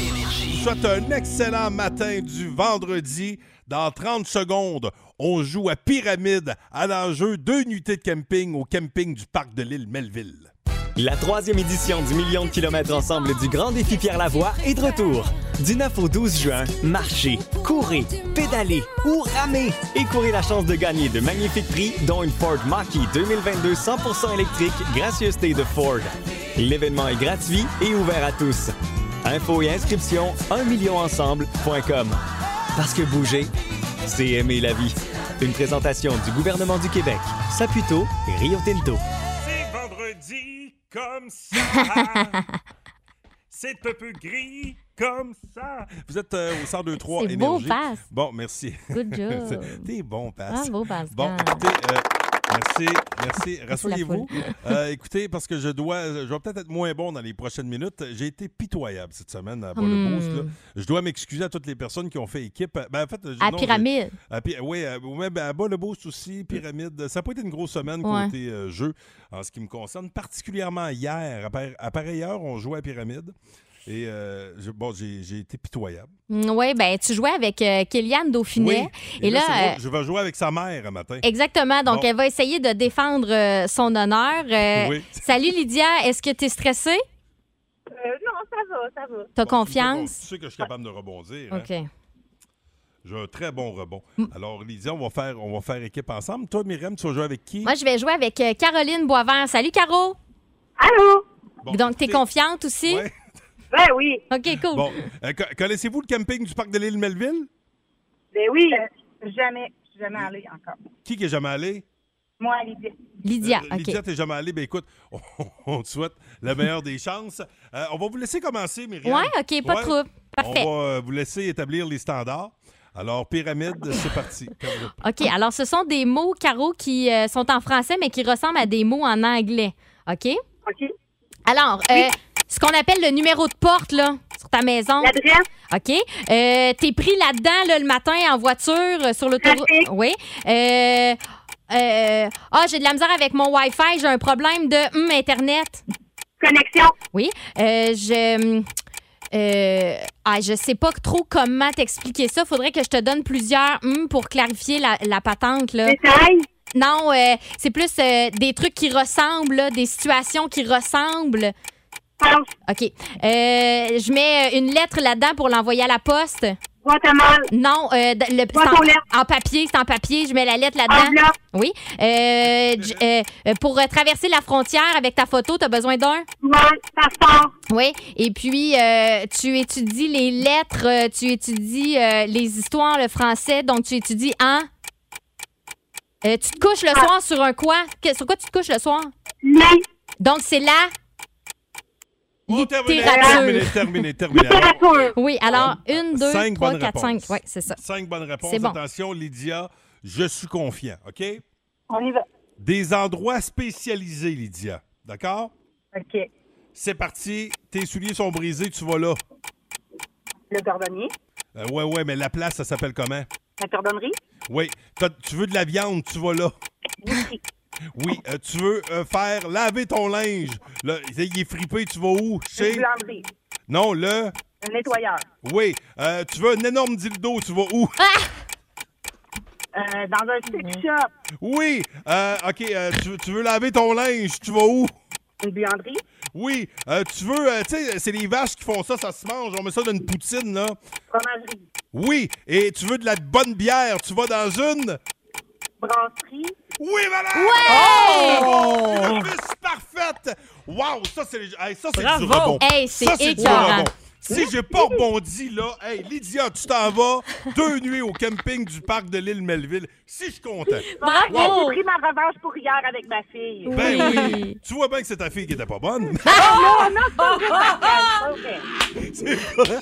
Speaker 3: Je vous souhaite un excellent matin du vendredi. Dans 30 secondes, on joue à Pyramide à l'enjeu deux nuitées de camping au camping du parc de l'île Melville.
Speaker 11: La troisième édition du million de kilomètres ensemble du Grand Défi Pierre Lavoie est de retour. Du 9 au 12 juin, marchez, courez, pédalez ou ramez et courez la chance de gagner de magnifiques prix, dont une Ford Mach-E 2022 100% électrique, gracieuseté de Ford. L'événement est gratuit et ouvert à tous. Infos et inscriptions 1millionensemble.com. Parce que bouger, c'est aimer la vie. Une présentation du gouvernement du Québec, Saputo, Rio Tinto.
Speaker 13: C'est vendredi comme ça. C'est un peu gris comme ça.
Speaker 3: Vous êtes euh, au 1023
Speaker 13: C'est beau,
Speaker 3: Énergie.
Speaker 13: Pass.
Speaker 3: Bon, merci.
Speaker 13: Good job. Ah,
Speaker 3: C'est- T'es bon, Pass.
Speaker 13: Bravo, Pascal.
Speaker 3: Bon, écoutez, euh, merci, merci. Rassoyez-vous.
Speaker 13: la foule.
Speaker 3: Euh, écoutez, parce que je dois, je vais peut-être être moins bon dans les prochaines minutes. J'ai été pitoyable cette semaine à le
Speaker 6: Hmm.
Speaker 3: Boost. là. Je dois m'excuser à toutes les personnes qui ont fait équipe. Ben, en fait, j'ai-
Speaker 6: À
Speaker 3: non, j'ai-
Speaker 6: pyramide.
Speaker 3: à Pi- Ah, oui, à, ou même à bas le beau souci, pyramide. Ça n'a pas été une grosse semaine
Speaker 6: Ouais.
Speaker 3: côté euh, jeu en ce qui me concerne, particulièrement hier. À, par- à pareille heure, on jouait à pyramide. Et euh, je- bon, j'ai j'ai été pitoyable.
Speaker 6: Oui, ben tu jouais avec euh, Kéliane Dauphinet.
Speaker 3: Oui.
Speaker 6: Et, là,
Speaker 3: c'est moi,
Speaker 6: euh,
Speaker 3: je vais jouer avec sa mère un matin.
Speaker 6: Exactement.
Speaker 3: Bon.
Speaker 6: Donc, elle va essayer de défendre euh, son honneur. Euh,
Speaker 3: Oui.
Speaker 6: Salut Lydia, est-ce que tu es stressée?
Speaker 14: Euh, non, ça va, ça va.
Speaker 3: Bon, tu me fais
Speaker 6: T'as
Speaker 3: con-
Speaker 6: confiance?
Speaker 3: Tu sais que je suis capable de rebondir. hein.
Speaker 6: OK.
Speaker 3: J'ai un très bon rebond. Alors, Lydia, on va faire, on va faire équipe ensemble. Toi, Myriam, tu vas jouer avec qui?
Speaker 6: Moi, je vais jouer avec euh, Caroline Boisvert. Salut, Caro!
Speaker 14: Allô?
Speaker 6: Donc, t'es confiante aussi?
Speaker 14: Ben oui.
Speaker 6: OK, cool.
Speaker 3: Bon, euh, co- connaissez-vous le camping du parc de l'île Melville?
Speaker 14: Ben oui. jamais, je suis jamais allée encore.
Speaker 3: Qui qui est jamais allé?
Speaker 14: Moi, Lydia.
Speaker 6: Lydia,
Speaker 3: Euh, Lydia, t'es jamais allé. Ben écoute, on, on te souhaite la meilleure des chances. Euh, on va vous laisser commencer, Myriam.
Speaker 6: Ouais, OK, pas de trouble. Parfait.
Speaker 3: On va euh, vous laisser établir les standards. Alors, pyramide, c'est parti. Comme je-
Speaker 6: OK, alors ce sont des mots, Caro, qui euh, sont en français, mais qui ressemblent à des mots en anglais. OK?
Speaker 14: OK.
Speaker 6: Alors, euh, ce qu'on appelle le numéro de porte, là, sur ta maison.
Speaker 14: L'adresse.
Speaker 6: OK. Euh, T'es pris là-dedans, là, le matin, en voiture, euh, sur l'autoroute. Oui. Euh, euh, Ah, j'ai de la misère avec mon Wi-Fi, j'ai un problème de hum, Internet. Connexion. Oui. Euh, je. hum, euh, ah, je sais pas trop comment t'expliquer ça. Faudrait que je te donne plusieurs hum pour clarifier la, la patente. Là. Non, euh, c'est plus euh, des trucs qui ressemblent, là, des situations qui ressemblent. OK. Euh, je mets euh, une lettre là-dedans pour l'envoyer à la poste.
Speaker 7: Guatemala.
Speaker 6: Non, euh, d- le, c'est
Speaker 7: Boîte aux lettres.
Speaker 6: en, en papier, c'est en papier. Je mets la lettre là-dedans.
Speaker 7: Enveloppe.
Speaker 6: Oui. Euh, j- euh, euh, pour euh, traverser la frontière avec ta photo, tu as besoin d'un? Oui, passeport. Oui. Et puis, euh, tu étudies les lettres, euh, tu étudies euh, les histoires, le français. Donc, tu étudies en... Euh, tu te couches le soir sur un quoi? Que- sur quoi tu te couches le soir? Non. Donc, c'est la...
Speaker 3: Terminé,
Speaker 6: Littérature.
Speaker 3: terminé, terminé, terminé.
Speaker 6: Oui, alors, une, deux,
Speaker 3: Cinq
Speaker 6: trois,
Speaker 3: bonnes
Speaker 6: quatre, cinq.
Speaker 3: réponses.
Speaker 6: Oui, c'est ça.
Speaker 3: Cinq bonnes réponses.
Speaker 6: C'est bon.
Speaker 3: Attention, Lydia, je suis confiant, OK?
Speaker 14: On y va.
Speaker 3: Des endroits spécialisés, Lydia. D'accord?
Speaker 14: OK.
Speaker 3: C'est parti. Tes souliers sont brisés, tu vas là.
Speaker 14: Le cordonnier,
Speaker 3: Euh, ouais, ouais, mais la place, ça s'appelle comment?
Speaker 14: la cordonnerie,
Speaker 3: Oui. T'as- Tu veux de la viande, tu vas là. Oui, euh, tu veux euh, faire laver ton linge. Là, il est frippé, tu vas où?
Speaker 14: le
Speaker 3: Chez.
Speaker 14: boulangerie,
Speaker 3: Non, le.
Speaker 14: le nettoyeur,
Speaker 3: Oui. Euh, tu veux un énorme dildo, tu vas où?
Speaker 14: Ah! euh, dans un sex shop,
Speaker 3: Oui. Euh, OK, euh, tu, tu veux laver ton linge, tu vas où?
Speaker 14: une buanderie,
Speaker 3: Oui. Euh, tu veux, euh, tu sais, c'est les vaches qui font ça, ça se mange. On met ça dans une poutine, là.
Speaker 14: fromagerie,
Speaker 3: Oui. Et tu veux de la bonne bière, tu vas dans une.
Speaker 14: brasserie.
Speaker 3: Oui, madame!
Speaker 14: Ouais!
Speaker 3: Oh! Plus parfaite! Wow, ça, c'est hey, ça, c'est
Speaker 6: Bravo!
Speaker 3: du rebond.
Speaker 6: Hey, c'est
Speaker 3: Ça, du
Speaker 6: écœurant.
Speaker 3: rebond. Si j'ai pas rebondi, là, hey, Lydia, tu t'en vas deux nuits au camping du parc de l'île Melville. Si je suis content. Wow.
Speaker 14: ben, J'ai pris ma revanche pour hier avec ma fille.
Speaker 3: Ben oui. Tu vois bien que c'est ta fille qui était pas bonne.
Speaker 14: Oh, non, non, c'est pas vrai.
Speaker 3: C'est pas...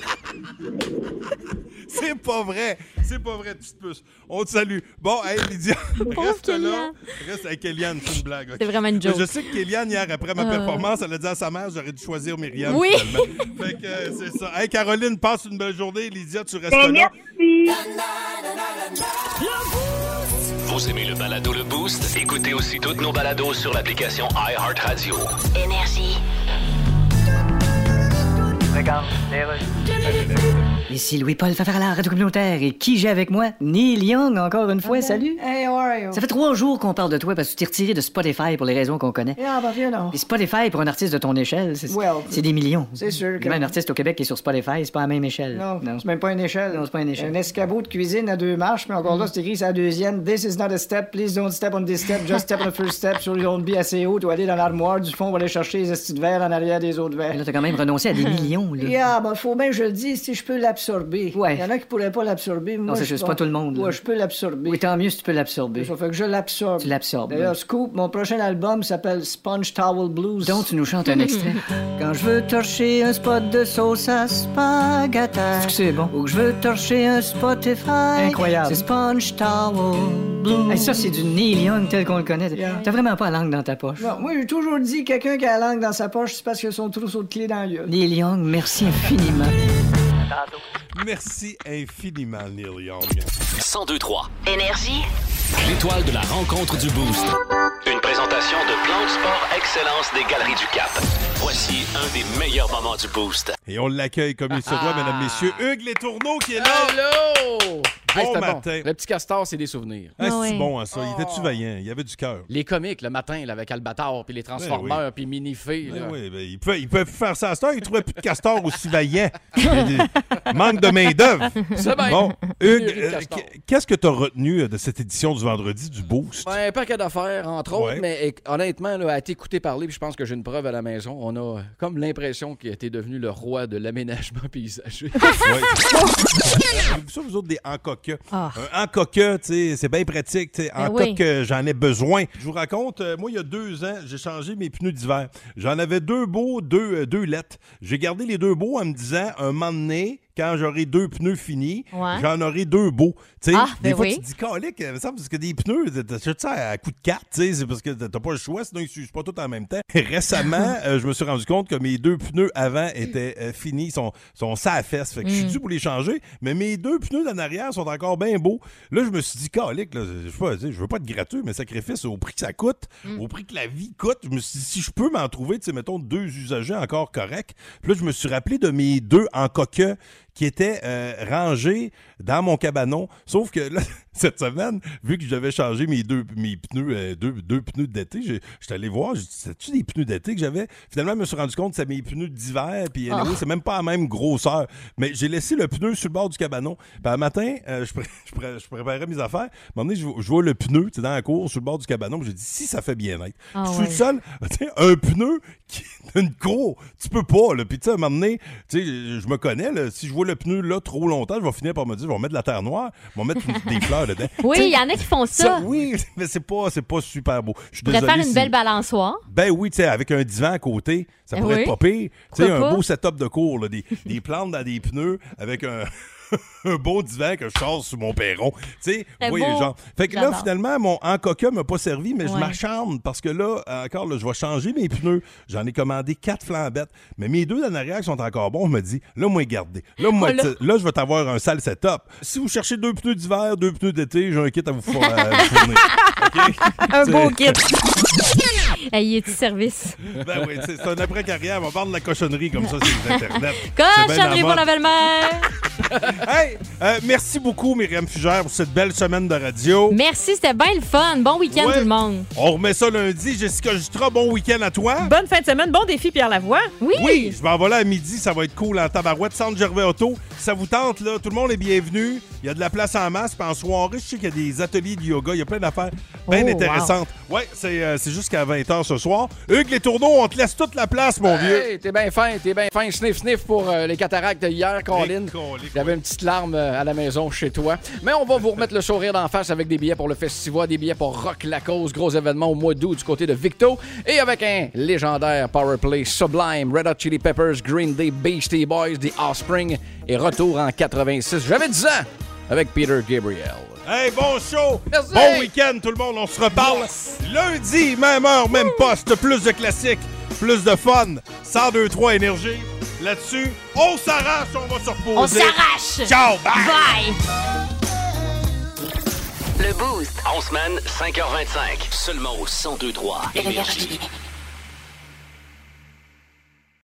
Speaker 3: C'est pas vrai. C'est pas vrai, petite puce. On te salue. Bon, hey, Lydia, reste là.
Speaker 6: Kéliane.
Speaker 3: Reste avec Kéliane, c'est une blague.
Speaker 6: C'est
Speaker 3: ok?
Speaker 6: vraiment une joke.
Speaker 3: Mais Je sais que Kéliane, hier, après ma
Speaker 6: Euh.
Speaker 3: performance, elle a dit à sa mère, j'aurais dû choisir Myriam.
Speaker 6: Oui.
Speaker 3: finalement. fait que euh, c'est ça. Hey, Caroline, passe une belle journée. Lydia, tu restes
Speaker 7: Ben,
Speaker 3: là.
Speaker 7: merci.
Speaker 2: Vous aimez le balado Le Boost? Écoutez aussi toutes nos balados sur l'application iHeartRadio.
Speaker 15: Énergie.
Speaker 4: Ici Louis-Paul Fafarala, Radio Communautaire, et qui j'ai avec moi? Neil Young, encore une
Speaker 8: Ah ben.
Speaker 4: fois,
Speaker 16: Okay.
Speaker 4: salut!
Speaker 16: Ah Hey, how are you?
Speaker 4: Ça fait trois jours qu'on parle de toi parce que tu t'es retiré de Spotify pour les raisons qu'on connaît.
Speaker 16: Yeah, bah, but you know.
Speaker 4: Et Spotify, pour un artiste de ton échelle, c'est
Speaker 16: Well,
Speaker 4: c'est des millions.
Speaker 16: C'est sûr que.
Speaker 4: Même un artiste au Québec qui est sur Spotify, c'est pas la même échelle.
Speaker 16: Non, c'est même pas une échelle.
Speaker 4: Non, c'est pas une échelle.
Speaker 16: Un escabeau de cuisine à deux marches, mais encore là, c'est écrit, c'est la deuxième. This is not a step. Please don't step on this step. Just step on the first step. Sur les ondes B assez haut, tu vas aller dans l'armoire du fond, on va aller chercher les estis de verre en arrière des autres verres.
Speaker 4: Là, t'as quand même renoncé à des millions, là.
Speaker 16: Yeah, ben, faut bien, que je le dis, si je peux l'absorber. Ouais. Il y en a qui pourraient pas l'absorber.
Speaker 4: Non, c'est juste pas tout le monde, là.
Speaker 16: Moi, je peux l'absorber.
Speaker 4: Oui, tant mieux si tu peux l'absorber.
Speaker 16: Ça fait que je l'absorbe.
Speaker 4: Tu l'absorbes.
Speaker 16: D'ailleurs, Scoop, mon prochain album s'appelle Sponge Towel Blues.
Speaker 4: Donc, tu nous chantes un extrait.
Speaker 16: Quand je veux torcher un spot de sauce à spaghetti. c'est bon. Ou que je veux torcher un Spotify. Incroyable.
Speaker 4: C'est Sponge Towel Blue. ça, c'est du Neil Young tel qu'on le connaît. T'as vraiment pas la langue dans ta poche.
Speaker 16: Non, moi, j'ai toujours dit quelqu'un qui a la langue dans sa poche, c'est parce que son trousseau de clés dans la gueule.
Speaker 4: Neil Young, merci infiniment.
Speaker 3: Merci infiniment, Neil Young.
Speaker 2: 1023.
Speaker 15: Énergie.
Speaker 2: L'étoile de la rencontre du Boost. Une présentation de Plan de Sport Excellence des Galeries du Cap. Voici un des meilleurs moments du Boost.
Speaker 3: Et on l'accueille comme il se doit, mesdames, messieurs. Hugues Les Tourneaux qui est là.
Speaker 17: Hello! Hey,
Speaker 3: Bon
Speaker 17: c'était bon.
Speaker 3: matin.
Speaker 17: Le petit castor, c'est des souvenirs.
Speaker 3: Ah, c'est bon, hein, ça. Il était-tu vaillant? Il avait du cœur.
Speaker 17: Les comiques, le matin, là, avec Albator, puis les Transformers, puis Minifé.
Speaker 3: Ben
Speaker 17: là.
Speaker 3: oui, ben, ils pouvaient, ils pouvaient plus faire ça à cette heure. Ils trouvaient plus de castors aussi vaillants. Il- Manque de main-d'œuvre.
Speaker 17: C'est bien.
Speaker 3: Bon, Hugues,
Speaker 17: Pénurie de
Speaker 3: euh,
Speaker 17: castors.
Speaker 3: qu- qu'est-ce que tu as retenu euh, de cette édition du vendredi du Boost?
Speaker 17: Ben, un paquet d'affaires, entre
Speaker 3: Ouais.
Speaker 17: autres, mais éc- honnêtement, là, à t'écouter parler, puis je pense que j'ai une preuve à la maison, on a comme l'impression qu'il était devenu le roi de l'aménagement paysager.
Speaker 3: Avez-vous vu ça, vous autres, des en coque? Un en coque, tu sais, c'est bien pratique. tu sais. En
Speaker 17: Ah. Ben oui.
Speaker 3: coque, euh, j'en ai besoin. Je vous raconte, euh, moi, il y a deux ans, j'ai changé mes pneus d'hiver. J'en avais deux beaux, deux, euh, deux lettres. J'ai gardé les deux beaux en me disant, un moment donné, quand j'aurai deux pneus finis,
Speaker 6: Ouais.
Speaker 3: j'en aurai deux beaux. Tu sais,
Speaker 6: Ah,
Speaker 3: des
Speaker 6: ben
Speaker 3: fois,
Speaker 6: oui.
Speaker 3: tu te dis, calique, il me semble parce que des pneus, t'achètes ça à coup de carte, tu sais, c'est parce que t'as pas le choix, sinon ils s'usent pas tout en même temps. Récemment, euh, je me suis rendu compte que mes deux pneus avant étaient euh, finis, sont, sont ça à fesse. Fait que je suis
Speaker 2: Mm.
Speaker 3: dû pour les changer, mais mes deux pneus d'en arrière sont encore bien beaux. Là, je me suis dit, calique, là, je sais pas, tu sais, je veux pas être gratuit, mais sacrifice au prix que ça coûte,
Speaker 2: Mm.
Speaker 3: au prix que la vie coûte, je me suis dit, si je peux m'en trouver, tu sais, mettons deux usagers encore corrects. Puis là, je me suis rappelé de mes deux en coqueux qui étaient euh, rangés dans mon cabanon. Sauf que là, cette semaine, vu que j'avais changé mes deux mes pneus, euh, deux, deux pneus d'été, j'ai- j'étais allé voir, j'ai dit, c'est-tu des pneus d'été que j'avais? Finalement, je me suis rendu compte que c'est mes pneus d'hiver, puis anyway,
Speaker 2: Ah.
Speaker 3: c'est même pas la même grosseur. Mais j'ai laissé le pneu sur le bord du cabanon. Puis un matin, euh, je, pré- je pré- je préparais mes affaires. À un moment donné, je, vois- je vois le pneu, tu sais, dans la cour, sur le bord du cabanon, puis j'ai dit, si ça fait bien être.
Speaker 2: Ah
Speaker 3: je suis
Speaker 2: ouais.
Speaker 3: le seul, tu sais, un pneu qui une cour, tu peux pas, là. Puis, tu sais, à un moment donné, tu sais, je je me connais, là. Si je vois le pneu, là, trop longtemps, je vais finir par me dire, je vais mettre de la terre noire, je vais mettre une- des fleurs dedans.
Speaker 6: Oui,
Speaker 3: Tu sais,
Speaker 6: il y en a qui font ça.
Speaker 3: oui, mais c'est pas, c'est pas super beau. Je suis
Speaker 6: Je préfère
Speaker 3: désolé
Speaker 6: une
Speaker 3: si-
Speaker 6: belle balançoire.
Speaker 3: ben oui, tu sais, avec un divan à côté, ça
Speaker 6: Eh
Speaker 3: pourrait
Speaker 6: oui.
Speaker 3: être pas pire. Tu sais,
Speaker 6: Pourquoi
Speaker 3: un
Speaker 6: pas?
Speaker 3: beau setup de cours, là, des, des plantes dans des pneus avec un, un beau divan que je chasse sous mon perron. Tu sais,
Speaker 2: C'est
Speaker 3: oui,
Speaker 2: beau.
Speaker 3: genre. Fait que là,
Speaker 2: J'adore.
Speaker 3: finalement, mon encoca m'a pas servi, mais je
Speaker 2: Ouais.
Speaker 3: m'acharne parce que là, encore, là, je vais changer mes pneus. J'en ai commandé quatre flambettes, mais mes deux en arrière qui sont encore bons. Je me dis, là, moi, gardez. Là, moi,
Speaker 2: Oh là.
Speaker 3: tu sais, là, je vais t'avoir un sale setup. Si vous cherchez deux pneus d'hiver, deux pneus d'été, j'ai un kit à vous four- à vous fournir.
Speaker 6: Un
Speaker 3: beau
Speaker 6: kit. Il est du service.
Speaker 3: Ben oui, c'est c'est un après-carrière. On va parler de la cochonnerie comme ça sur les Internet. C'est bien
Speaker 6: Cochonnerie
Speaker 3: la
Speaker 6: pour
Speaker 3: mode.
Speaker 6: la belle-mère.
Speaker 3: Hey, euh, merci beaucoup, Myriam Fugère, pour cette belle semaine de radio.
Speaker 6: Merci, c'était bien le fun. Bon week-end,
Speaker 3: Ouais.
Speaker 6: tout le monde.
Speaker 3: On remet ça lundi. Jessica Jutra, bon week-end à toi.
Speaker 6: Ben
Speaker 8: Bonne fin de semaine, bon défi, Pierre Lavoie.
Speaker 3: Oui, je m'en vais là à midi, ça va être cool en tabarouette. Centre Gervais Auto, si ça vous tente, là, tout le monde est bienvenu. Il y a de la place en masse. Puis en soirée, je sais qu'il y a des ateliers de yoga, il y a plein d'affaires bien
Speaker 2: Oh,
Speaker 3: intéressantes. Ouais, c'est euh, c'est jusqu'à 20h ce soir. Hugues Les Tourneaux, on te laisse toute la place, mon vieux.
Speaker 17: Hey, t'es bien fin, t'es bien fin. Sniff, sniff pour euh, les cataractes d'hier, Colin. J'avais une petite larme euh, à la maison chez toi. Mais on va vous remettre le sourire d'en face avec des billets pour le festival, des billets pour Rock la Cause, gros événement au mois d'août du côté de Victo. Et avec un légendaire powerplay sublime, Red Hot Chili Peppers, Green Day, Beastie Boys, The Offspring et retour en 86. J'avais 10 ans avec Peter Gabriel.
Speaker 3: Hey, bon show! Bon week-end, tout le monde. On se reparle lundi, même heure, même poste. Plus de classiques, plus de fun. 102-3 énergie. Là-dessus, on s'arrache, Oh, on va se reposer.
Speaker 2: On s'arrache.
Speaker 3: Ciao, bye!
Speaker 2: Le Boost. En semaine, 5h25. Seulement au 102.3 Énergie.